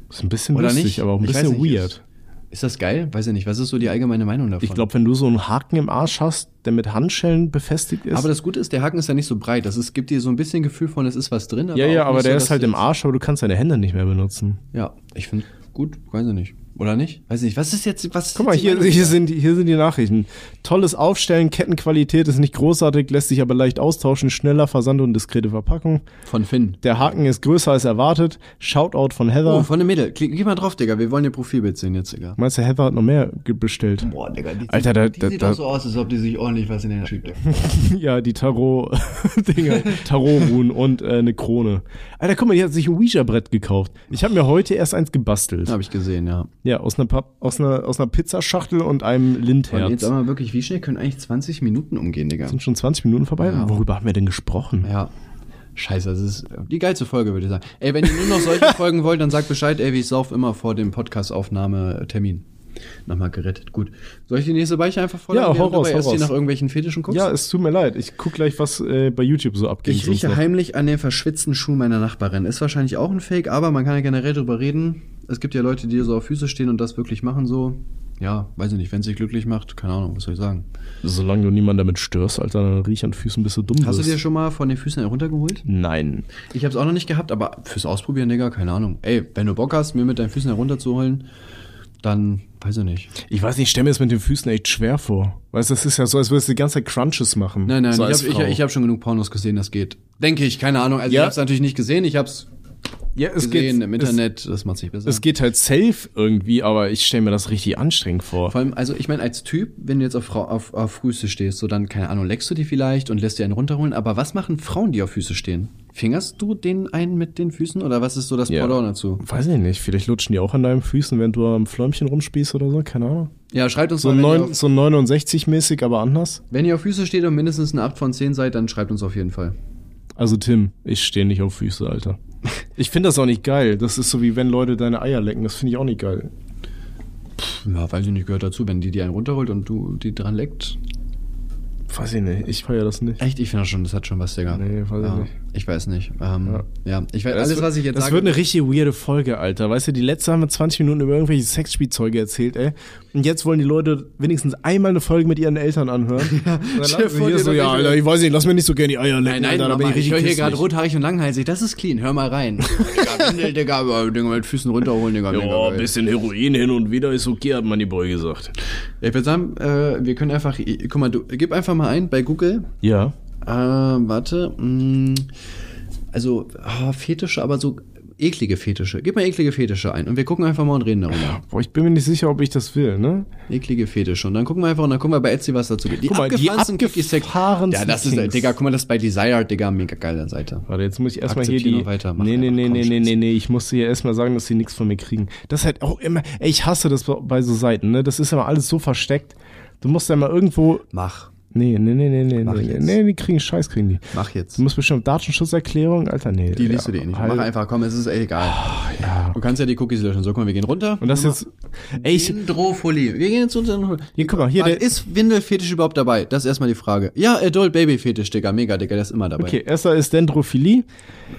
Ist ein bisschen
Oder
lustig,
nicht?
aber auch ein
Ich weiß
bisschen
nicht,
weird.
Ist das geil? Weiß ich nicht. Was ist so die allgemeine Meinung davon?
Ich glaube, wenn du so einen Haken im Arsch hast, der mit Handschellen befestigt ist.
Aber das Gute ist, der Haken ist ja nicht so breit. Das ist, gibt dir so ein bisschen Gefühl von, es ist was drin.
ja, ja,
auch
aber
nicht
der
so,
ist
dass
halt
du
im
jetzt-
Arsch, aber du kannst deine Hände nicht mehr benutzen.
Ja, ich finde gut. Weiß ich nicht. Oder nicht? Weiß ich nicht. Was ist jetzt. Was ist
Guck mal,
jetzt die
hier,
Meinung?
hier, sind, die- hier sind die Nachrichten. Tolles Aufstellen, Kettenqualität ist nicht großartig, lässt sich aber leicht austauschen, schneller Versand und diskrete Verpackung.
Von Finn.
Der Haken ist größer als erwartet. Shoutout von Heather.
Oh, von dem Mädel. Klick, geh mal drauf, Digga. Wir wollen ihr Profilbild sehen jetzt, Digga.
Meinst du, Heather hat noch mehr ge- bestellt?
Boah, Digga. Die
Alter, da- da- da-
aus, als ob die sich ordentlich was in den schiebt. Digga.
Ja, die Tarot-Dinger, Tarot-Ruhen und äh, eine Krone. Alter, guck mal, die hat sich ein Ouija-Brett gekauft. Ich habe mir heute erst eins gebastelt.
Hab ich gesehen, ja.
Ja, aus einer, Papp aus einer, aus einer Pizzaschachtel und einem
Und jetzt
Lindherz.
aber wirklich, wie schnell können eigentlich 20 Minuten umgehen, Digga?
Sind schon 20 Minuten vorbei?
Ja.
Worüber haben wir denn gesprochen?
Ja. Scheiße, das ist die geilste Folge, würde ich sagen. Ey, wenn ihr nur noch solche Folgen wollt, dann sagt Bescheid, ey, ich sauf immer vor dem Podcast-Aufnahmetermin. Nochmal gerettet. Gut. Soll ich die nächste Beiche einfach folgen?
Ja, hau raus, hau
erst hier
raus.
nach irgendwelchen Fetischen guckst?
Ja, es tut mir leid. Ich guck gleich, was äh, bei YouTube so abgeht.
ich
sonst
rieche
noch.
heimlich an den verschwitzten Schuhen meiner Nachbarin. Ist wahrscheinlich auch ein Fake, aber man kann ja generell drüber reden. Es gibt ja Leute, die so auf Füße stehen und das wirklich machen so. ja, weiß ich nicht, wenn es dich glücklich macht, keine Ahnung, was soll ich sagen.
Solange du niemanden damit störst, Alter, dann riech an Füßen, bis du dumm
Hast du
wirst.
dir schon mal von den Füßen heruntergeholt?
Nein.
Ich hab's auch noch nicht gehabt, aber fürs Ausprobieren, Digga, keine Ahnung. Ey, wenn du Bock hast, mir mit deinen Füßen herunterzuholen, dann weiß ich nicht.
Ich weiß nicht, ich stelle mir das mit den Füßen echt schwer vor. Weißt du, das ist ja so, als würdest du die ganze Zeit Crunches machen.
Nein, nein,
so
ich,
als
hab, ich,
Frau.
ich hab schon genug Pornos gesehen, das geht. Denke ich, keine Ahnung. Also
Ja.
ich hab's natürlich nicht gesehen, ich hab's
ja, es
gesehen
geht,
im
es-
Internet, das macht sich besser.
Es geht halt safe irgendwie, aber ich stelle mir das richtig anstrengend vor.
Vor allem, also ich meine, als Typ, wenn du jetzt auf, Frau, auf, auf Füße stehst, so dann, keine Ahnung, leckst du die vielleicht und lässt dir einen runterholen. Aber was machen Frauen, die auf Füße stehen? Fingerst du den einen mit den Füßen oder was ist so das
Ja.
Pendant dazu?
Weiß ich nicht, vielleicht lutschen die auch an deinen Füßen, wenn du am Fläumchen rumspielst oder so, keine Ahnung.
Ja, schreibt uns
So,
mal, wenn, ihr
neun,
auf,
so 69-mäßig, aber anders.
wenn ihr auf Füße steht und mindestens eine 8 von 10 seid, dann schreibt uns auf jeden Fall.
Also Tim, ich stehe nicht auf Füße, Alter. Ich finde das auch nicht geil. Das ist so wie wenn Leute deine Eier lecken. Das finde ich auch nicht geil.
Ja, weiß ich nicht, gehört dazu, wenn die dir einen runterholt und du die dran leckt.
Weiß ich nicht. Ich feiere das nicht.
Echt, ich finde das schon, das hat schon was, Digga.
Nee, weiß ich
ja,
nicht.
Ich weiß nicht. Ähm, ja. ich weiß,
Das
alles,
wird-
was ich jetzt
das
sage.
wird eine richtig weirde Folge, Alter. Weißt du, die letzte haben wir 20 Minuten über irgendwelche Sexspielzeuge erzählt, ey. Und jetzt wollen die Leute wenigstens einmal eine Folge mit ihren Eltern anhören. Und dann
Stell dir
landen sie
vor,
hier
die
so,
haben
ja,
welche-
Alter, ich weiß nicht, lass mir nicht so gerne die Eier lecken,
Nein, nein,
Alter. da
Mama, ich, höre hier
richtig
gerade
kisslich.
rothaarig und langhalsig. Das ist clean. Hör mal rein. Digga, Windel, Digga, aber Digga, mit Füßen runterholen, Digga. mega
Ja,
geil.
bisschen Heroin hin und wieder ist okay, hat Money Boy gesagt.
Ja, Ich würde sagen, äh, wir können einfach, i- guck mal, du gib einfach mal ein bei Google.
Ja.
Äh, warte, mh, also ah, Fetische, aber so eklige Fetische. Gib mal eklige Fetische ein und wir gucken einfach mal und reden darüber.
Boah, ich bin mir nicht sicher, ob ich das will, ne?
Eklige Fetische und dann gucken wir einfach und dann gucken wir bei Etsy was dazu gibt. Die
Guck mal, die
Kickies Sex-
abgefahrensten
Ja, das ist,
Kings.
Digga, guck mal, das ist bei Desire, Digga, mega geile Seite.
Warte, jetzt muss ich erstmal hier
Akzeptier
die.
noch weiter, mach
nee, nee,
einfach,
nee,
komm,
nee, nee,
Schatz.
nee, nee. Ich musste hier erstmal sagen, dass sie nichts von mir kriegen. Das ist halt auch immer. Ey, ich hasse das bei so Seiten, ne? Das ist immer alles so versteckt. Du musst ja mal irgendwo.
Mach,
Nee, nee, nee, nee, nee,
Mach
nee, nee,
jetzt.
nee, die kriegen Scheiß, kriegen die.
mach jetzt.
Du musst bestimmt Datenschutzerklärung, Alter, nee.
Die liest du dir eh nicht.
halt- Ah,
Mach einfach, komm, es ist ey, egal. Du kannst ja die Cookies löschen. So, guck mal, wir gehen runter.
Und das jetzt. Ey, ich.
Dendrophilie. Wir gehen jetzt zu unseren.
Hier, guck mal, hier,
Wann
der.
ist Windelfetisch überhaupt dabei? Das ist erstmal die Frage. Ja, Adult Baby Fetisch, Digga, mega, Digga, der ist immer dabei.
Okay, erster ist Dendrophilie.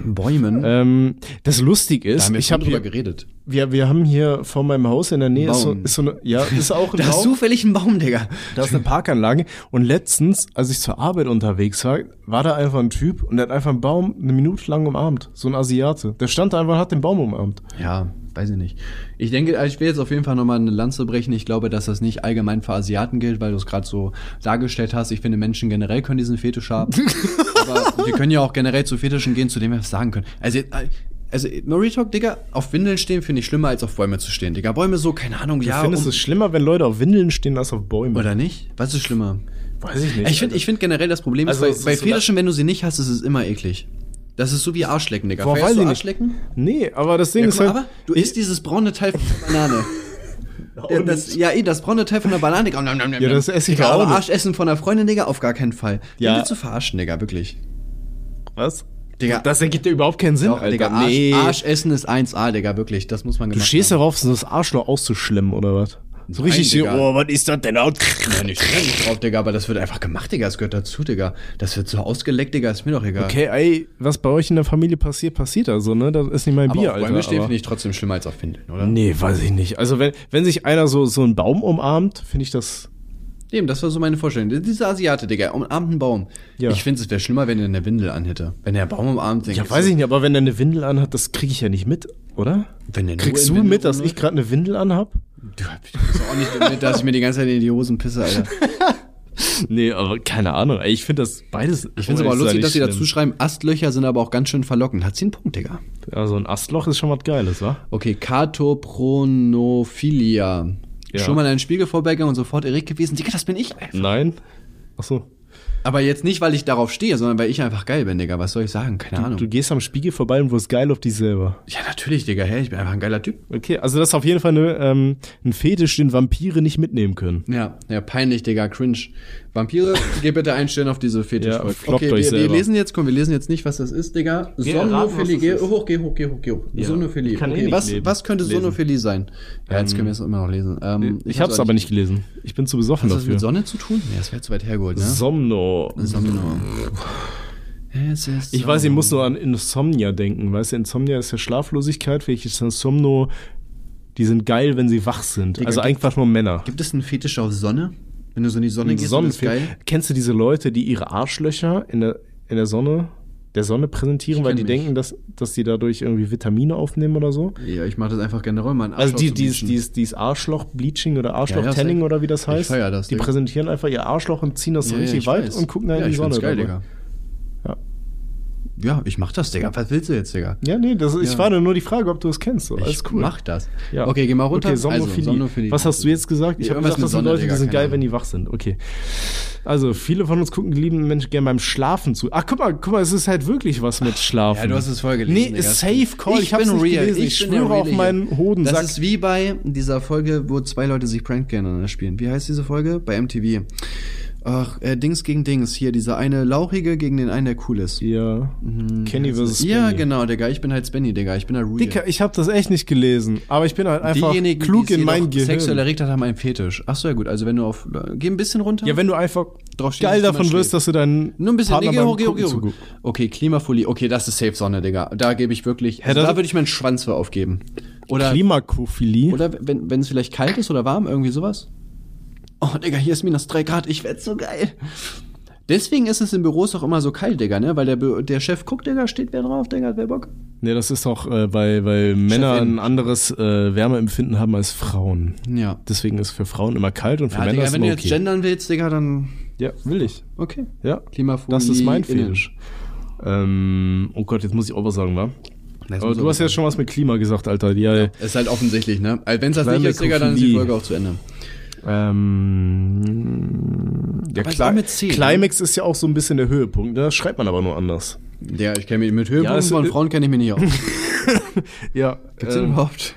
Bäumen.
Ähm, das lustig
da
ist,
haben wir
ich
schon
habe
drüber
hier
geredet.
Wir, wir haben hier vor meinem Haus in der Nähe ist so,
Baum.
ist so eine, ja, ist auch ein
Da ist
Baum,
zufällig ein Baum, Digga.
da ist eine Parkanlage und letztens, als ich zur Arbeit unterwegs war, war da einfach ein Typ und der hat einfach einen Baum eine Minute lang umarmt, so ein Asiate. Der stand da einfach und hat den Baum umarmt.
Ja, weiß ich nicht. Ich denke, also ich will jetzt auf jeden Fall nochmal eine Lanze brechen. Ich glaube, dass das nicht allgemein für Asiaten gilt, weil du es gerade so dargestellt hast. Ich finde, Menschen generell können diesen Fetisch haben. Aber wir können ja auch generell zu Fetischen gehen, zu denen wir was sagen können. Also, äh, also Murray Talk, Digga, auf Windeln stehen finde ich schlimmer, als auf Bäume zu stehen, Digga. Bäume so, keine Ahnung,
Du
ja.
findest
um-
es schlimmer, wenn Leute auf Windeln stehen als auf Bäumen?
oder nicht? Was ist schlimmer?
Weiß ich nicht.
Ich finde ich find generell das Problem
Also es
ist,
ist
bei, bei
so-
Fetischen, wenn du sie nicht hast, ist es immer eklig. Das ist so wie Arschlecken, Digga.
Boah,
Feierst
weiß
du
ich nicht.
Arschlecken?
Nee, aber das Ding
Ja,
ist
guck mal,
halt,
aber du isst dieses braune Teil von der Banane. Ja, das, ja, eh, das braune Teil von der Banane. Nom, nom, nom, nom.
Ja, das esse ich
Digga,
auch
aber
nicht.
Arschessen von der Freundin, Digga, auf gar keinen Fall. Den
Ja.
willst du verarschen, Digga, wirklich.
was?
Digga.
Das ergibt ja überhaupt keinen Sinn,
Doch,
Alter.
Digga, Arsch,
nee.
Arschessen ist 1A, Digga, wirklich. Das muss man
Du
gemacht
stehst
haben.
darauf, so das Arschloch auszuschlemmen, oder was? So richtig, so,
Digga.
oh, was ist das denn? Out?
Ja, nicht steh nicht drauf, Digga, aber das wird einfach gemacht, Digga. Das gehört dazu, Digga. Das wird so ausgeleckt, Digga, ist mir doch egal.
Okay, ey, was bei euch in der Familie passiert, passiert also, ne? Das ist nicht mein
aber
Bier,
auf
Alter.
Bäume stehen
aber-
finde ich trotzdem schlimmer als auf Windeln, oder?
Nee, weiß ich nicht. Also wenn, wenn sich einer so, so einen Baum umarmt, finde ich das.
Dem, das war so meine Vorstellung. Dieser Asiate, Digga, umarmt einen Baum.
Ja.
Ich finde, es wäre schlimmer, wenn er eine Windel anhätte. Wenn er einen Baum umarmt, denke
Ja, weiß ich nicht, aber wenn er eine Windel anhat, das kriege ich ja nicht mit, oder?
Wenn er nur
Kriegst
in
du
Windel
mit, dass ich
rumläuft?
gerade eine Windel anhab?
Du bist doch auch nicht damit, dass ich mir die ganze Zeit in die Hosen pisse, Alter.
Nee, aber keine Ahnung. Ey, ich finde das beides.
Ich finde es aber lustig, dass sie dazu schreiben, Astlöcher sind aber auch ganz schön verlockend. Hat sie einen Punkt, Digga.
Also ein Astloch ist schon was Geiles, wa?
Okay, Katopronophilia.
Ja.
Schon mal in einen Spiegel vorbeigegangen und sofort erregt gewesen. Digga, das bin ich. Alter.
Nein. Achso.
Aber jetzt nicht, weil ich darauf stehe, sondern weil ich einfach geil bin, Digga. Was soll ich sagen? Keine Ahnung.
Du gehst am Spiegel vorbei und wirst geil auf dich selber.
ja, natürlich, Digga. Hey, ich bin einfach ein geiler Typ.
Okay, also das ist auf jeden Fall eine, ähm, ein Fetisch, den Vampire nicht mitnehmen können.
Ja, ja, peinlich, Digga, cringe. Vampire, geh bitte einstellen auf diese fetisch
Ja, floppt
Okay,
euch
wir, wir
selber.
lesen jetzt, komm, wir lesen jetzt nicht, was das ist, Digga.
erraten,
Somnophilie,
was das
geh
ist.
hoch, geh hoch, geh hoch, geh hoch.
Ja,
Somnophilie.
ich kann eh
Okay,
nicht
was,
leben.
was könnte
Lesen.
Somnophilie sein? Ja, jetzt können wir es immer noch lesen. Ähm,
Ich, hab's aber nicht gelesen. Ich bin zu besoffen
Hat das
dafür.
mit Sonne zu tun? Ja, das wäre zu weit hergeholt, ne?
Somno.
Somno. Es ist
Ich weiß, ich
Somno.
muss nur an Insomnia denken. Weißt du, Insomnia ist ja Schlaflosigkeit, vielleicht ist dann Somno Die sind geil, wenn sie wach sind.
Digga,
also
gibt-
einfach nur Männer.
Gibt es einen Fetisch auf Sonne? Wenn du so in die Sonne gehst, Sonne ist
Sonnenfilm.
geil.
Kennst du diese Leute, die ihre Arschlöcher in der, in der Sonne, der Sonne präsentieren,
Ich
weil die
kenn mich.
denken, dass, dass die dadurch irgendwie Vitamine aufnehmen oder so?
Ja, ich mache das einfach generell mal.
Also die, dieses, dieses, dieses Arschloch-Bleaching oder Arschloch-Tanning
safe.
oder wie das
Ich
heißt.
feier das,
die
Digga.
präsentieren einfach ihr Arschloch und ziehen das so richtig weit und gucken da in
ja,
die
ich find's
Sonne.
geil,
dabei.
Digga.
Ja.
Ja, ich mach das, Digga. Was willst du jetzt, Digga?
Ja, nee, das, ich
Ja.
war nur die Frage, ob du es kennst. So. Alles
ich
cool.
mach das.
Ja.
Okay, geh mal runter. Also,
Okay, Somnophilie. Was hast du jetzt gesagt? Ich
Ja,
habe
irgendwas
gesagt, das sind
mit Sonne,
Leute,
Digga,
die sind
keine
geil,
Ahnung.
wenn die wach sind. Okay. Also, viele von uns gucken geliebten Menschen gerne beim Schlafen zu. Ach, guck mal, guck mal, es ist halt wirklich was mit Schlafen.
Ja, du hast es voll gelesen.
Nee,
Digga.
ist safe call. Ich, hab's
bin
nicht
real.
gelesen. Ich,
bin der
schwöre auf
Reale
meinen
hier.
Hodensack.
Das ist wie bei dieser Folge, wo zwei Leute sich Prank gegeneinander spielen. Wie heißt diese Folge? Bei MTV. Ach, äh, Dings gegen Dings. Hier, dieser eine Lauchige gegen den einen, der cool ist.
ja. Kenny vs.
Ja,
Spenny.
genau, Digga. Ich bin halt Spenny, Digga. Ich bin halt real.
Dicker, ich habe das echt nicht gelesen. Aber ich bin halt einfach
Diejenigen,
klug
die es
in mein
jedoch
Gehirn.
sexuell erregt hat, haben einen Fetisch. Ach so, ja gut. Also wenn du auf... Geh ein bisschen runter.
ja, wenn du einfach
Drauf stehst,
geil
dass
davon
man
wirst,
steht.
dass du deinen
Nur ein bisschen.
Partner
Nee,
beim
geh hoch, geh hoch, geh
Gucken
hoch.
zuguckst.
Okay, Klimafolie. Okay, das ist safe Sonne, Digga. Da gebe ich wirklich. also
das-
da würde ich meinen Schwanz für aufgeben. Oder,
Klimakophilie.
oder wenn wenn es vielleicht kalt ist oder warm, irgendwie sowas. Oh, Digga, hier ist minus 3 Grad. Ich werd's so geil. Deswegen ist es in Büros auch immer so kalt, Digga, ne? Weil der, Bü- der Chef guckt, Digga, steht wer drauf, Digga, hat wer Bock?
Ne, das ist doch, äh, weil, weil Männer ein anderes äh, Wärmeempfinden haben als Frauen.
Ja.
Deswegen ist für Frauen immer kalt und für
ja
Männer
Ah, Digga,
ist
wenn
immer
du jetzt
okay.
gendern willst, Digga, dann.
ja, will ich.
Okay.
Ja,
Klimafolie
das ist mein
innen.
Fetisch. Ähm, oh Gott, jetzt muss ich auch was sagen, wa? Aber du hast ja schon was mit Klima gesagt, Alter. Die, ja.
Ist halt offensichtlich, ne? Also wenn es das
Kleine
nicht ist, Digga, dann ist die
Kophilie.
Folge auch zu Ende.
Ähm, ja,
Aber es
Cli-
war mit C, ne?
Climax ist ja auch so ein bisschen der Höhepunkt, ne? Das schreibt man aber nur anders.
Ja, ich kenne mich mit Höhepunkten
Ja, es-
von Frauen kenne ich mich nicht aus. Ähm.
Ja.
Gibt's den überhaupt?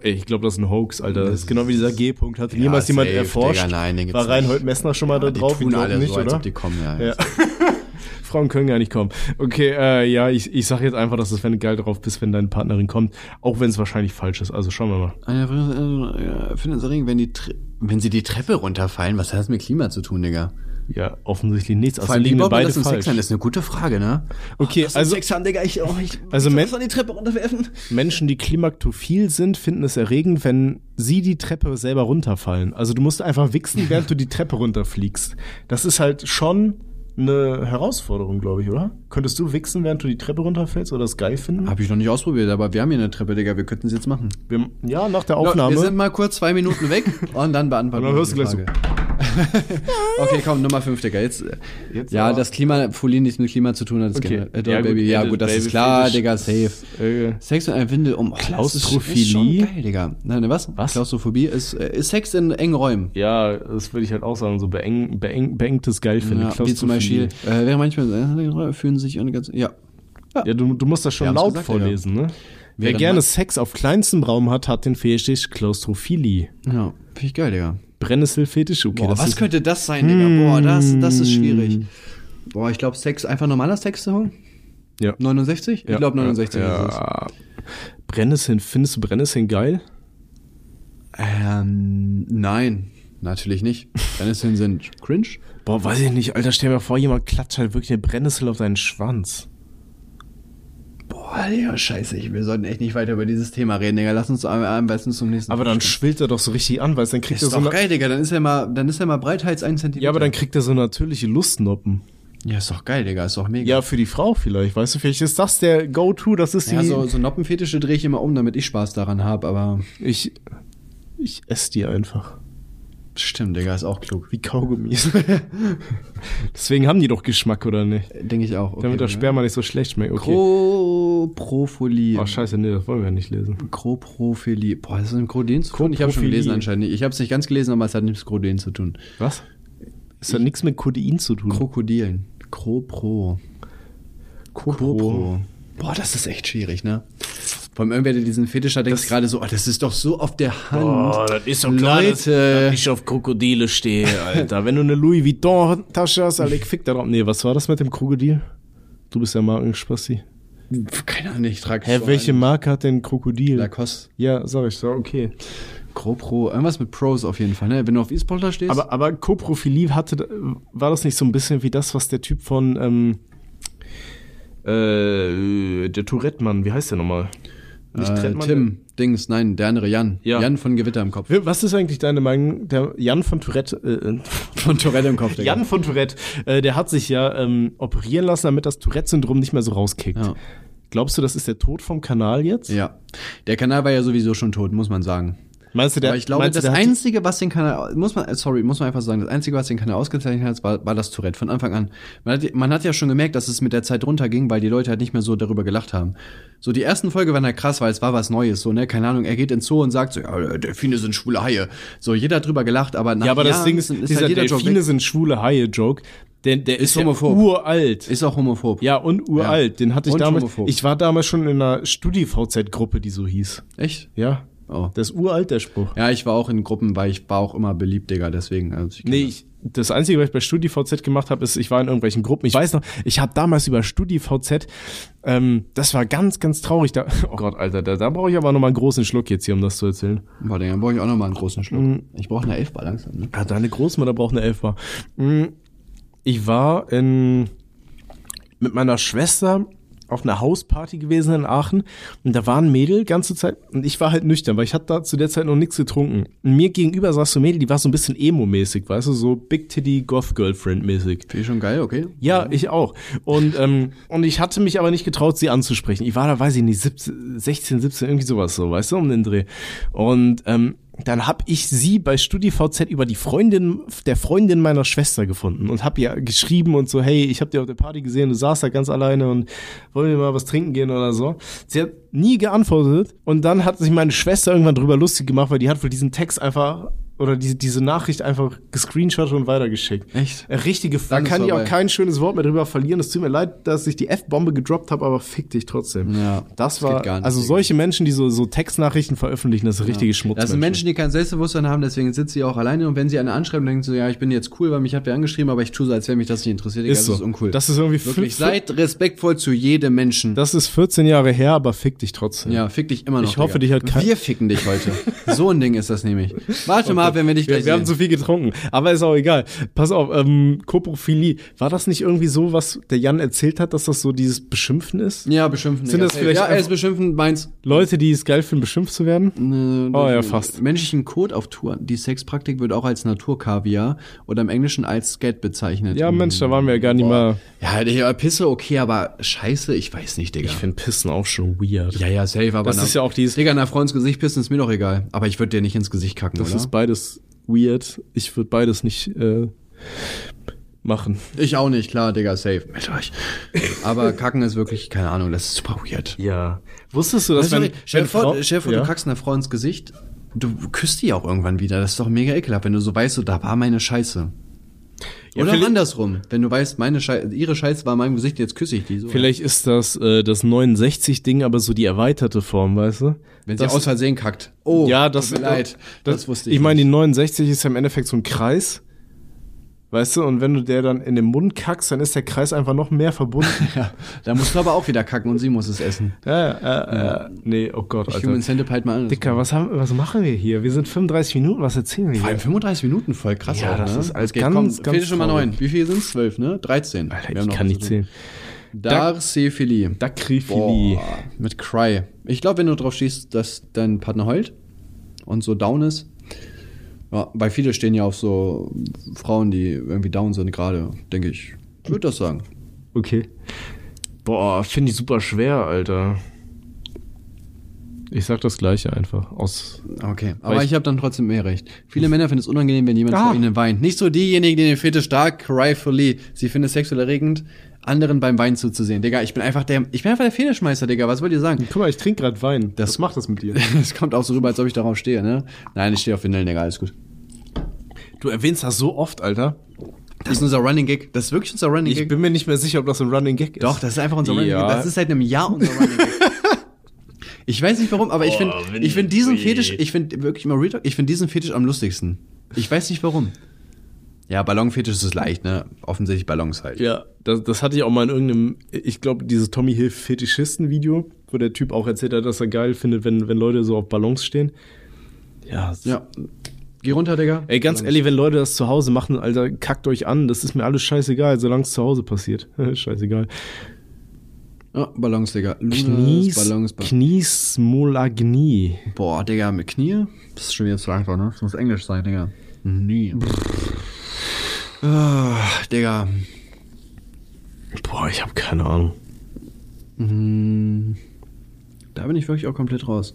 Ey, ich glaube, das ist ein Hoax, Alter. Das ist genau wie dieser G-Punkt. Hat jemals
safe,
jemand erforscht?
Digga, nein, den gibt's
War
nicht.
Reinhold Messner schon mal da
die
drauf?
tun
Ich glaub
alle
nicht,
so, als
oder?
ob die kommen, ja.
Ja. Frauen können gar nicht kommen. Okay, äh, ja, ich, ich sag jetzt einfach, dass es wenn du geil drauf bist, wenn deine Partnerin kommt. Auch wenn es wahrscheinlich falsch ist. Also schauen wir mal.
Eine Frage, äh, findet es erregend, wenn, die Tre- wenn sie die Treppe runterfallen, was hat das mit Klima zu tun, Digga?
Ja, offensichtlich nichts. Also
Vor allem, wie
liegen wir
baut man
beide
das im
falsch.
Sex an? Das ist eine gute Frage, ne?
Okay,
Lass uns
also
Sex haben, Digga, ich, oh, ich
Also
ich
Men-
soll das an die Treppe runterwerfen.
Menschen, die klimaktophil sind, finden es erregend, wenn sie die Treppe selber runterfallen. Also du musst einfach wichsen, während du die Treppe runterfliegst. Das ist halt schon eine Herausforderung, glaube ich, oder? Könntest du wichsen, während du die Treppe runterfällst oder das geil finden?
Hab ich noch nicht ausprobiert, aber wir haben hier eine Treppe, Digga, wir könnten sie jetzt machen.
Wir, ja, nach der
Wir sind
Aufnahme.
mal kurz zwei Minuten weg und dann beantworten
Und dann hörst
wir
du
die Frage. okay, komm, Nummer 5, Digga. Jetzt,
Jetzt
ja,
aber-
das Klima, Folie nichts mit Klima zu tun hat. das generell- Adult
Ja, gut,
Baby. ja,
Adult
gut, das
Baby
ist klar,
Fetisch
Digga,
ist-
safe.
äh,
Sex in einer Windel um. Oh, Das ist schon
Klaustrophilie?
geil, Digga. Nein, ne, was?
Was?
Klaustrophobie ist, äh, ist Sex in engen Räumen.
Ja, das würde ich halt auch sagen, so beeng, beeng, beengtes geil finden.
Ja, wie zum Beispiel,
Klaustrophilie.
äh, wäre manchmal äh, fühlen sich eine ganz. Ja.
Ja, du, du musst das
Wir
schon
haben's
laut
gesagt,
vorlesen, ne? Wer
Wäre
gerne
mal-
Sex auf kleinstem Raum hat, hat den Fetisch Klaustrophilie.
Ja, finde ich geil, Digga.
Brennnesselfetisch, okay.
Boah,
das
was
ist,
könnte das sein, Digga? Boah, das, das ist schwierig. Boah, ich glaube, Sex, einfach normaler Sex zu holen?
Ja.
69? Ich glaube, 69
ja.
ist es.
Brennnesseln, findest du Brennnesseln geil?
Ähm, nein, natürlich nicht. Brennnesseln sind cringe.
Boah, weiß ich nicht, Alter, stell dir mal vor, jemand klatscht halt wirklich eine Brennnessel auf seinen Schwanz.
Boah, Digga, scheiße, ich, wir sollten echt nicht weiter über dieses Thema reden, Digga. Lass uns am am besten zum nächsten
Aber dann schwillt er doch so richtig an, weil dann kriegt
Ist
er so
doch
eine,
geil, Digga. Dann ist ja mal, dann ist ja mal Breitheit 1 cm.
Ja, aber dann kriegt er so natürliche Lustnoppen.
Ja, ist doch geil, Digga. Ist doch mega.
Ja, für die Frau vielleicht, weißt du, vielleicht ist das der Go-To, das ist die
Ja, so, so Noppenfetische drehe ich immer um, damit ich Spaß daran habe, aber
ich ich esse die einfach.
stimmt, Digga, ist auch klug.
Wie Kaugummis. Deswegen haben die doch Geschmack, oder nicht?
Denke ich auch. Okay,
Damit das
Digga.
Sperma nicht so schlecht schmeckt. Okay.
Koprophilie.
Oh, scheiße, nee, das wollen wir nicht lesen.
Koprophilie. Boah, das ist mit Kroden zu tun. Ich habe schon
Koprophilie.
gelesen anscheinend. Ich habe es nicht ganz gelesen, aber es hat nichts mit Kroden zu tun.
Was? Es hat nichts mit Codein zu tun.
Krokodilen. Kropro. Kropro. Boah, das ist echt schwierig, ne? Vor allem irgendwer, der diesen Fetisch hat, denkt gerade so, oh, das ist doch so auf der Hand.
Oh, das ist
doch klar, dass- Leute. dass
ich auf Krokodile stehe, Alter. Wenn du eine Louis Vuitton-Tasche hast, Alter, ich fick da drauf. Nee, was war das mit dem Krokodil? Du bist ja Markenspassi.
Pff, Keine Ahnung, ich trage
Hä, welche Marke hat denn Krokodil?
Lacoste.
ja, sag ich, so, okay.
Kropro. Irgendwas mit Pros auf jeden Fall, ne? Wenn du auf E-Sportler stehst.
Aber, aber Koprophilie hatte, war das nicht so ein bisschen wie das, was der Typ von, ähm, äh, der Tourette-Mann, wie heißt der nochmal? Nicht
äh,
trennt man-
Tim, Dings, nein, der andere Jan.
Ja.
Jan von Gewitter im Kopf.
Was ist eigentlich deine Meinung? Der Jan von Tourette, äh,
Von Tourette im Kopf, Digga.
Jan von Tourette, äh, der hat sich ja ähm, operieren lassen, damit das Tourette-Syndrom nicht mehr so rauskickt.
Ja.
Glaubst du, das ist der Tod vom Kanal jetzt?
Ja. Der Kanal war ja sowieso schon tot, muss man sagen.
Meinst du, der,
Aber ich glaube,
meinst du,
das
der hat-
Einzige, was den Kanal, muss man, äh, sorry, muss man einfach sagen, das Einzige, was den Kanal ausgezeichnet hat, war, war das Tourette von Anfang an. Man hat, man hat ja schon gemerkt, dass es mit der Zeit runterging, weil die Leute halt nicht mehr so darüber gelacht haben. So, die ersten Folge waren ja krass, weil es war was Neues, so, ne, keine Ahnung, er geht ins Zoo und sagt so, ja, äh, Delfine sind schwule Haie. So, jeder hat drüber gelacht, aber nach
Ja, aber das
Jahren
Ding ist, dieser
halt jeder Joke
Delfine
weg.
sind schwule Haie-Joke, der, der ist, ja
homophob.
uralt.
ist auch homophob.
ja, und uralt. Den hatte ich
Und
damals.
homophob.
Ich war damals schon in einer Studi-VZ-Gruppe, die so hieß.
Echt?
Ja.
Oh.
Das ist uralt, der Spruch.
Ja, ich war auch in Gruppen, weil ich war auch immer beliebt, Digga, deswegen. Also ich
Nee, ich, das Einzige, was ich bei StudiVZ gemacht habe, ist, ich war in irgendwelchen Gruppen. Ich weiß noch, ich habe damals über StudiVZ, ähm, das war ganz, ganz traurig. Da, oh Gott, Alter, da, da brauche ich aber nochmal einen großen Schluck jetzt hier, um das zu erzählen.
Boah, Digga, dann brauche ich auch nochmal einen großen Schluck.
Hm.
Ich brauche eine Elfbar langsam, ne?
Ah, deine Großmutter braucht eine Elfbar. Hm, Ich war in, mit meiner Schwester auf einer Hausparty gewesen in Aachen und da war ein Mädel ganze Zeit und ich war halt nüchtern, weil ich hatte da zu der Zeit noch nichts getrunken. Und mir gegenüber saß so ein Mädel, die war so ein bisschen emo-mäßig, weißt du, so Big Titty Goth Girlfriend mäßig.
Finde ich schon geil, okay?
Ja, ich auch. Und, ähm, Mhm. und ich hatte mich aber nicht getraut, sie anzusprechen. Ich war da, weiß ich nicht, 17, 16, 17, irgendwie sowas so, weißt du, um den Dreh. Und ähm, dann hab ich sie bei StudiVZ über die Freundin, der Freundin meiner Schwester gefunden und hab ihr geschrieben und so, hey, ich hab dich auf der Party gesehen, du saßt da ganz alleine und wollen wir mal was trinken gehen oder so. Sie hat nie geantwortet und dann hat sich meine Schwester irgendwann drüber lustig gemacht, weil die hat wohl diesen Text einfach oder diese, diese Nachricht einfach gescreenshot und weitergeschickt. Äh,
Echt?
Richtige
Dann
dann
ist
kann ich auch
vorbei.
kein schönes Wort mehr drüber verlieren. Es tut mir leid, dass ich die F-Bombe gedroppt habe, aber fick dich trotzdem.
Ja,
das
das
war
geht gar nicht,
also
Digga.
solche Menschen, die so, so Textnachrichten veröffentlichen, das sind richtige Schmutz.
Das sind Menschen, die kein Selbstbewusstsein haben, deswegen sitzt sie auch alleine und wenn sie eine anschreiben, denken sie so, ja, ich bin jetzt cool, weil mich hat wer angeschrieben, aber ich tue so, als wäre mich das nicht interessiert. Digga,
ist so.
Das ist uncool.
Das ist irgendwie
Wirklich,
fünf-
seid respektvoll zu jedem Menschen.
Das ist 14 Jahre her, aber fick dich trotzdem.
ja, fick dich immer noch.
Ich hoffe,
Digga.
dich hat kein- Oh
Wir ficken dich heute. so ein Ding ist das nämlich. Warte mal ab, wenn wir dich gleich
Wir, wir haben
sehen.
zu viel getrunken, aber ist auch egal. Pass auf, ähm, Koprophilie. War das nicht irgendwie so, was der Jan erzählt hat, dass das so dieses Beschimpfen ist?
ja, beschimpfen.
Sind
Digga,
das
safe.
vielleicht
ja, er
einfach-
ist beschimpfen, meins.
Leute, die es geil finden, beschimpft zu werden? oh ja, fast.
Menschlichen Code auf Touren. Die Sexpraktik wird auch als Naturkaviar oder im Englischen als Scat bezeichnet.
Ja, Mensch, da waren wir ja gar nicht mal.
Ja, Digga, Pisse okay, aber Scheiße, ich weiß nicht, Digga.
Ich finde Pissen auch schon weird.
Ja, ja, safe, aber.
Das
na-
ist ja auch dieses-
Digga, nach Frau ins Gesicht pissen ist mir doch egal. Aber ich würde dir nicht ins Gesicht kacken,
Das
oder?
ist beides weird. Ich würde beides nicht äh, machen.
ich auch nicht, klar, Digga, safe. Mit euch. Aber kacken ist wirklich, keine Ahnung, das ist super weird.
Ja. Wusstest du, dass
Weißt du,
wenn,
sorry, Also, stell dir
wenn
vor,
Frau-
stell dir vor
Ja.
du kackst einer Frau ins Gesicht, du küsst die auch irgendwann wieder. Das ist doch mega ekelhaft, wenn du so weißt, so, da war meine Scheiße.
Ja,
Oder
vielleicht-
andersrum, wenn du weißt, meine Scheiße, ihre Scheiße war in meinem Gesicht, jetzt küsse ich die so.
Vielleicht ist das äh, das 69-Ding, aber so die erweiterte Form, weißt du?
wenn sie
das,
aus Versehen kackt. Oh,
ja, das,
tut mir leid.
Das, wusste ich. Ich meine, die 69 ist ja im Endeffekt so ein Kreis. Weißt du, und wenn du der dann in den Mund kackst, dann ist der Kreis einfach noch mehr verbunden.
Ja, da musst du aber auch wieder kacken und sie muss es essen.
ja, äh, äh, nee, oh Gott, Alter.
Human Centipede halt mal an.
Dicker, was, haben, was machen wir hier? Wir sind 35 Minuten, was erzählen wir
Vor
hier?
allem 35 Minuten voll krass.
Ja,
auch,
das
ne?
ist alles
Okay,
ganz,
komm,
ganz
Fehlt schon mal
traurig.
neun. Wie viel sind's? Zwölf, ne? 13. Wir haben
Alter,
noch
ich kann
was
nicht
zu
zählen.
tun. Darcephilie.
Dakrifilie.
Boah, mit Cry. Ich glaube, wenn du drauf stehst, dass dein Partner heult und so down ist. Ja, weil viele stehen ja auf so Frauen, die irgendwie down sind gerade, denke ich. Ich würde das sagen.
Okay. Boah, finde ich super schwer, Alter. Ich sag das gleiche einfach. Aus.
Okay, aber
Weil
ich,
ich-
habe dann trotzdem mehr recht. Viele Männer finden es unangenehm, wenn jemand
Ah.
vor ihnen weint. Nicht so diejenigen, die den Fetisch stark rightfully. Sie finden es sexuell erregend, anderen beim Weinen zuzusehen. Digga, ich bin einfach der, ich bin einfach der Fetischmeister, Digga. Was wollt ihr sagen?
Guck mal, ich trinke gerade Wein. Das macht das mit dir.
Es kommt auch so rüber, als ob ich darauf stehe, ne? Nein, ich stehe auf Windeln, Digga, alles gut.
Du erwähnst das so oft, Alter.
Das ist unser Running Gig. Das ist wirklich unser Running
Ich
Gig.
bin mir nicht mehr sicher, ob das ein Running Gag ist.
Doch, das ist einfach unser Running
Ja.
Gag. Das ist seit einem Jahr unser Running Gag. Oh, Ich weiß nicht warum, aber ich finde ich find diesen Fetisch, ich finde wirklich mal Real Talk, ich finde diesen Fetisch am lustigsten. Ich weiß nicht warum. Ja, Ballonfetisch ist leicht, ne? Offensichtlich Ballons halt.
Ja, das, das hatte ich auch mal in irgendeinem, ich glaube, dieses Tommy Hilf Fetischisten-Video, wo der Typ auch erzählt hat, dass er geil findet, wenn, wenn Leute so auf Ballons stehen. Ja, ja.
Ja. Geh runter, Digga.
Ey, ganz ehrlich, wenn Leute das zu Hause machen, Alter, kackt euch an. Das ist mir alles scheißegal, solange es zu Hause passiert. scheißegal.
Ja, Ballonsliga. Lunas,
Knies,
Ballons, Ballons.
Knies Molagni.
Boah, Digga, mit Knie? Das ist schon wieder zu einfach, ne? Das muss Englisch sein, Digga. Nie. Ah, Digga.
Boah, ich habe keine Ahnung.
Da bin ich wirklich auch komplett raus.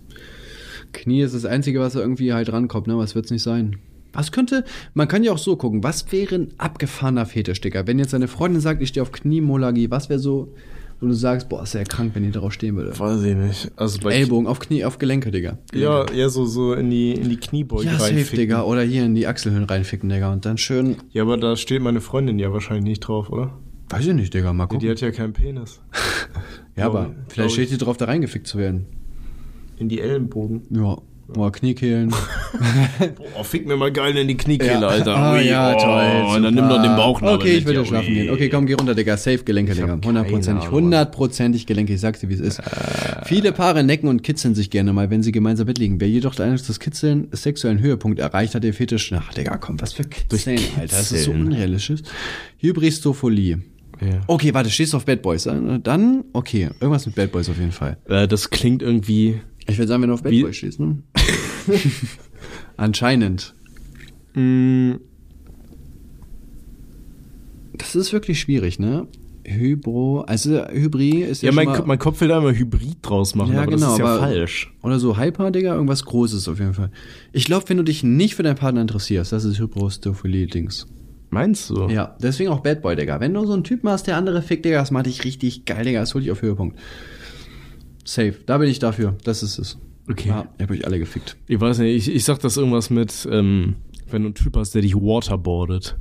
Knie ist das Einzige, was da irgendwie halt rankommt, ne? Was wird's nicht sein? Was könnte, man kann ja auch so gucken, was wäre ein abgefahrener Fetisch, Digga? Wenn jetzt deine Freundin sagt, ich stehe auf Kniemolagie, was wäre so, wo du sagst, boah, ist ja krank, wenn die darauf stehen würde?
Weiß ich nicht. Also bei
Ellbogen auf Knie, auf Gelenke, Digga.
Ja, eher so, so in die, in die Kniebeuge
Ja, safe,
reinficken.
Digga. Oder hier in die Achselhöhlen reinficken, Digga. Und dann schön,
Ja, aber da steht meine Freundin ja wahrscheinlich nicht drauf, oder?
weiß ich nicht, Digga, mal gucken.
Die hat ja keinen Penis.
Ja,
Glaub
aber
ich- glaub
vielleicht steht die drauf, da reingefickt zu werden.
ich. In die Ellenbogen.
Ja. Boah, Kniekehlen.
Boah, fick mir mal geil in die Kniekehle,
Ja.
Alter.
Oh,
Ui,
ja,
oh,
toll.
Und dann
super.
nimm doch den Bauchnabel
Okay, ich
mit,
will ja
ja,
schlafen
ui.
gehen. Okay, komm, geh runter, Digga. Safe Gelenke, Digga. Hundertprozentig.
Ahnung.
Hundertprozentig Gelenke. Ich sag's dir, wie es ist. Viele Paare necken und kitzeln sich gerne mal, wenn sie gemeinsam mitliegen. Wer jedoch den Eindruck, dass Kitzeln sexuellen Höhepunkt erreicht hat, der Fetisch. Ach, Digga, komm, was für Kitzeln, Alter. Das ist so
Kitzeln.
unrealistisch. Hybristophilie.
Ja.
Okay, warte, stehst du auf Bad Boys? äh, Dann, okay, irgendwas mit Bad Boys auf jeden Fall.
Äh, das klingt irgendwie.
Ich würde sagen, wenn du auf Bad
Wie-
Boys stehst, ne? Anscheinend. Mm, Das ist wirklich schwierig, ne? Hybro, also Hybri ist ja,
Ja,
schon
mein,
mal,
Ko- mein Kopf will da immer Hybrid draus machen,
ja
aber
genau,
das ist ja
aber
falsch.
Oder so Hyper, Digga, irgendwas Großes auf jeden Fall. Ich glaube, wenn du dich nicht für deinen Partner interessierst, das ist Hybrostophilie-Dings.
Meinst du?
Ja, deswegen auch Bad Boy, Digga. Wenn du so einen Typen hast, der andere fickt, Digga, das macht dich richtig geil, Digga, das hol dich auf Höhepunkt. Safe, da bin ich dafür, das ist es.
Okay.
Ja, ich hab euch alle gefickt.
Ich weiß nicht, ich, ich sag das irgendwas mit, ähm, wenn du einen Typ hast, der dich waterboardet.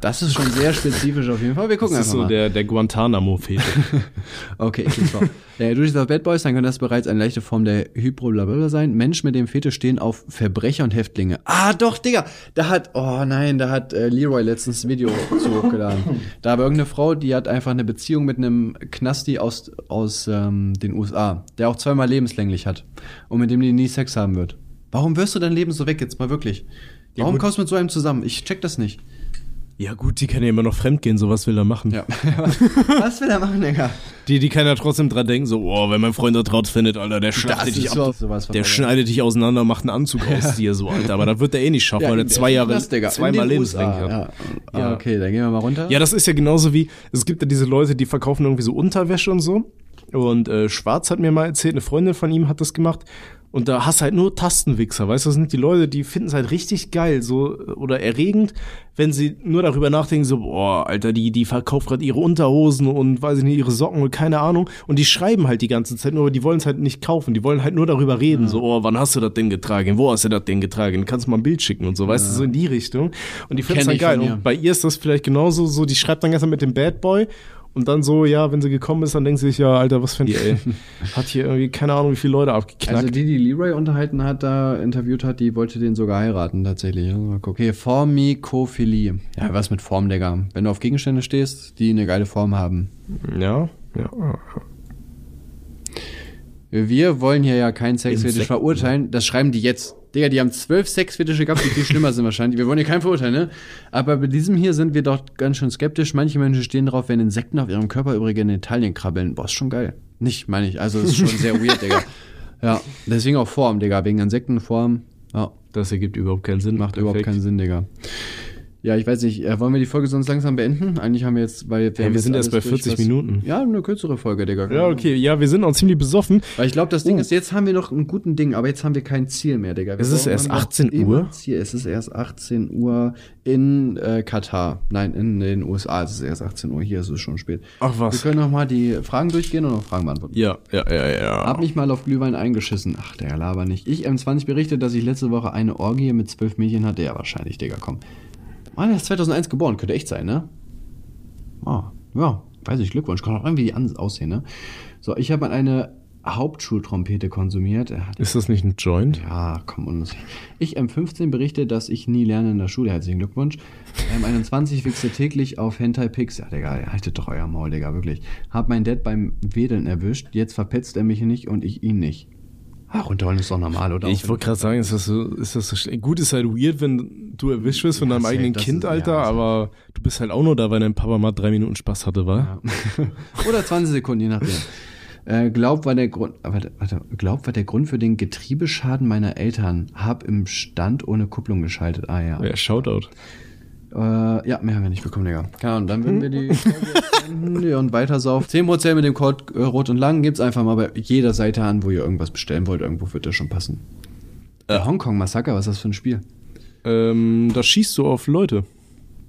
Das ist schon sehr spezifisch auf jeden Fall. Wir gucken
Das ist so
einfach mal.
der, der Guantanamo-Fetisch.
Okay, ich bin's vor. äh, du stehst auf Bad Boys, dann könnte das bereits eine leichte Form der Hypro sein. Menschen mit dem Fetisch stehen auf Verbrecher und Häftlinge. Ah, doch, Digga. Da hat, oh nein, da hat äh, Leroy letztens ein Video zu hochgeladen. Da war irgendeine Frau, die hat einfach eine Beziehung mit einem Knasti aus, aus ähm, den USA, der auch zweimal lebenslänglich hat und mit dem die nie Sex haben wird. Warum wirst du dein Leben so weg jetzt mal wirklich? Warum kommst du mit so einem zusammen? Ich check das nicht.
ja gut, die kann ja immer noch fremdgehen, so was will er machen.
Ja. Was will er machen, Digga?
Die, die kann ja trotzdem dran denken, so, oh, wenn mein Freund das raus findet, Alter, der schneidet
ist
dich ab.
überhaupt sowas von
der
Alter.
schneidet dich auseinander, macht einen Anzug aus dir, so, Alter. Aber das wird er eh nicht schaffen, weil er
in-
zwei
in
Jahre,
Knast, Digga. In
zweimal
den
lebenslänglich
USA,
hat.
Ja. ja, okay, dann gehen wir mal runter.
Ja, das ist ja genauso wie, es gibt ja diese Leute, die verkaufen irgendwie so Unterwäsche und so. Und äh, Schwarz hat mir mal erzählt, eine Freundin von ihm hat das gemacht. Und da hast du halt nur Tastenwichser, weißt du, das sind die Leute, die finden es halt richtig geil so äh, oder erregend, wenn sie nur darüber nachdenken, so, boah, Alter, die, die verkauft gerade ihre Unterhosen und weiß ich nicht, ihre Socken und keine Ahnung. Und die schreiben halt die ganze Zeit nur, aber die wollen es halt nicht kaufen, die wollen halt nur darüber reden, so, oh, wann hast du das Ding getragen, wo hast du das Ding getragen, kannst du mal ein Bild schicken und so, weißt du, so in die Richtung. Und die finden es
Kenn
halt
ich von
geil.
mir.
Und bei ihr ist das vielleicht genauso, so, die schreibt dann ganz mit dem Bad Boy und dann so, ja, wenn sie gekommen ist, dann denkt sie sich, ja, Alter, was für ein ey, hat hier irgendwie keine Ahnung, wie viele Leute abgeknackt.
Also die, die Leroy unterhalten hat, da interviewt hat, die wollte den sogar heiraten tatsächlich. Also mal gucken. Okay, Formikophilie. Ja, was mit Form, Digga. Wenn du auf Gegenstände stehst, die eine geile Form haben.
ja, ja.
Wir wollen hier ja keinen Sexfetisch
Insekten.
verurteilen. Das schreiben die jetzt. Digga, die haben zwölf Sexfetische gehabt, die viel schlimmer sind wahrscheinlich. Wir wollen hier keinen verurteilen, ne? Aber bei diesem hier sind wir doch ganz schön skeptisch. Manche Menschen stehen drauf, wenn Insekten auf ihrem Körper übrige Genitalien krabbeln. Boah, ist schon geil. Nicht, meine ich. Also, ist schon sehr weird, Digga. Ja, deswegen auch Form, Digga. Wegen Insektenform. Ja,
Das ergibt überhaupt keinen Sinn.
macht überhaupt keinen Sinn, Digga. Ja, ich weiß nicht. äh, Wollen wir die Folge sonst langsam beenden? Eigentlich haben wir jetzt, weil
wir
haben jetzt
sind erst
alles
bei
durch,
40
was-
Minuten.
Ja, eine kürzere Folge, Digga.
Ja, okay, ja, wir sind auch ziemlich besoffen.
Weil ich glaube, das Ding
Oh.
ist, jetzt haben wir noch ein guten Ding, aber jetzt haben wir kein Ziel mehr, Digga. Wir
Es ist
brauchen
erst
noch
18
immer
Uhr?
ein Ziel. Es ist erst 18 Uhr in äh, Katar. Nein, in den USA ist es erst 18 Uhr. Hier ist es schon spät.
Ach was.
Wir können nochmal die Fragen durchgehen und noch Fragen beantworten.
Ja, ja, ja, ja.
Hab mich mal auf Glühwein eingeschissen. Ach, der laber nicht. Ich M20 berichtet, dass ich letzte Woche eine Orgie mit zwölf Mädchen hatte. Ja, wahrscheinlich, Digga, komm. Mann, er ist 2001 geboren. Könnte echt sein, ne? Ah, ja, weiß ich, Glückwunsch. Kann auch irgendwie die an- aussehen, ne? So, ich habe eine Hauptschultrompete konsumiert. Ja, die-
Ist das nicht ein Joint?
Ja, komm und Ich M15 berichte, dass ich nie lerne in der Schule. Herzlichen Glückwunsch. M21 wichse täglich auf Hentai Pix. Ja, Digga, haltet doch euer Maul, Digga, wirklich. Hab mein Dad beim Wedeln erwischt. Jetzt verpetzt er mich nicht und ich ihn nicht. Ach, runterholen ist doch normal, oder?
Ich wollte gerade sagen, ist das so, ist das so schlimm? Gut, ist halt weird, wenn du erwischt wirst von
Ja,
deinem
safe,
eigenen
das
Kind,
ist- ja,
Alter,
safe.
aber du bist halt auch nur da, weil dein Papa mal drei Minuten Spaß hatte, war?
Ja. Oder 20 Sekunden, je nachdem. Äh, glaub, war der Grund, ah, warte, warte, glaub, war der Grund für den Getriebeschaden meiner Eltern. Hab im Stand ohne Kupplung geschaltet. Ah, ja.
Ja, Shoutout.
Äh, ja, mehr haben wir nicht bekommen, Digga. Keine Ahnung, dann würden wir die Folge beenden, ja, und weitersaufen. 10% mit dem Code äh, Rot und Lang gibt's einfach mal bei jeder Seite an, wo ihr irgendwas bestellen wollt. Irgendwo wird das schon passen. Äh, Hongkong Massaker, was ist das für ein Spiel?
Ähm, da schießt du auf Leute.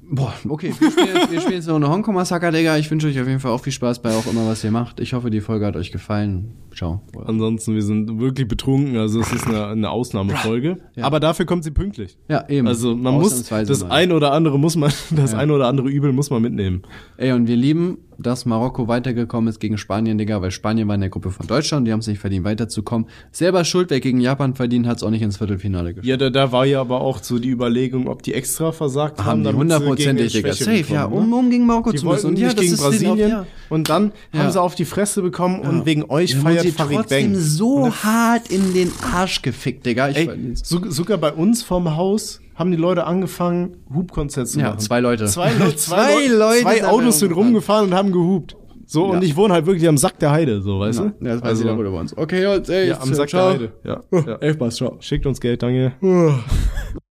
Boah, okay, wir spielen jetzt, wir spielen jetzt noch eine Hongkong Massaker, Digga. Ich wünsche euch auf jeden Fall auch viel Spaß bei auch immer, was ihr macht. Ich hoffe, die Folge hat euch gefallen. Ciao.
Ansonsten, wir sind wirklich betrunken, also es ist eine, eine Ausnahmefolge. Aber dafür kommt sie pünktlich.
Ja, eben.
Also man muss,
Ausnahmsweise
das
mal.
ein oder andere muss man, das ein oder andere Übel muss man mitnehmen.
Ey, und wir lieben, dass Marokko weitergekommen ist gegen Spanien, Digga, weil Spanien war in der Gruppe von Deutschland, die haben es nicht verdient, weiterzukommen. Selber schuld, wer gegen Japan verdient, hat es auch nicht ins Viertelfinale geschafft.
Ja, da, da war ja aber auch so die Überlegung, ob die extra versagt haben.
haben die
damit sie gegen
hundertprozentig,
eine
Digga.
Schwäche
Safe, ja,
bekommen,
um,
ne?
um gegen Marokko
Die
zu müssen.
wollten
ja,
nicht gegen
denen auch-
Brasilien
ja.
und dann
Ja.
haben sie auf die Fresse bekommen und wegen euch
Dann wurden
feiert
sie
Farid
trotzdem
Bang.
so hart in den Arsch gefickt, Digga. Ich
Ey,
weiß nicht.
so, sogar bei uns vorm Haus haben die Leute angefangen, Hubkonzert zu
Ja,
machen.
zwei Leute.
Zwei, Leu-
Zwei
zwei,
Leute
Leute.
sind
Zwei Autos
da
sind rumgefahren und haben gehupt. So, und ich wohne halt wirklich am Sack der Heide, so, weißt du? Also,
Ja, das weiß jeder, wo du wohnst. Okay, Jungs, ey,
ja, am Sack der Heide. Ja, ja.
Elfpass, ciao.
Schickt uns Geld, danke.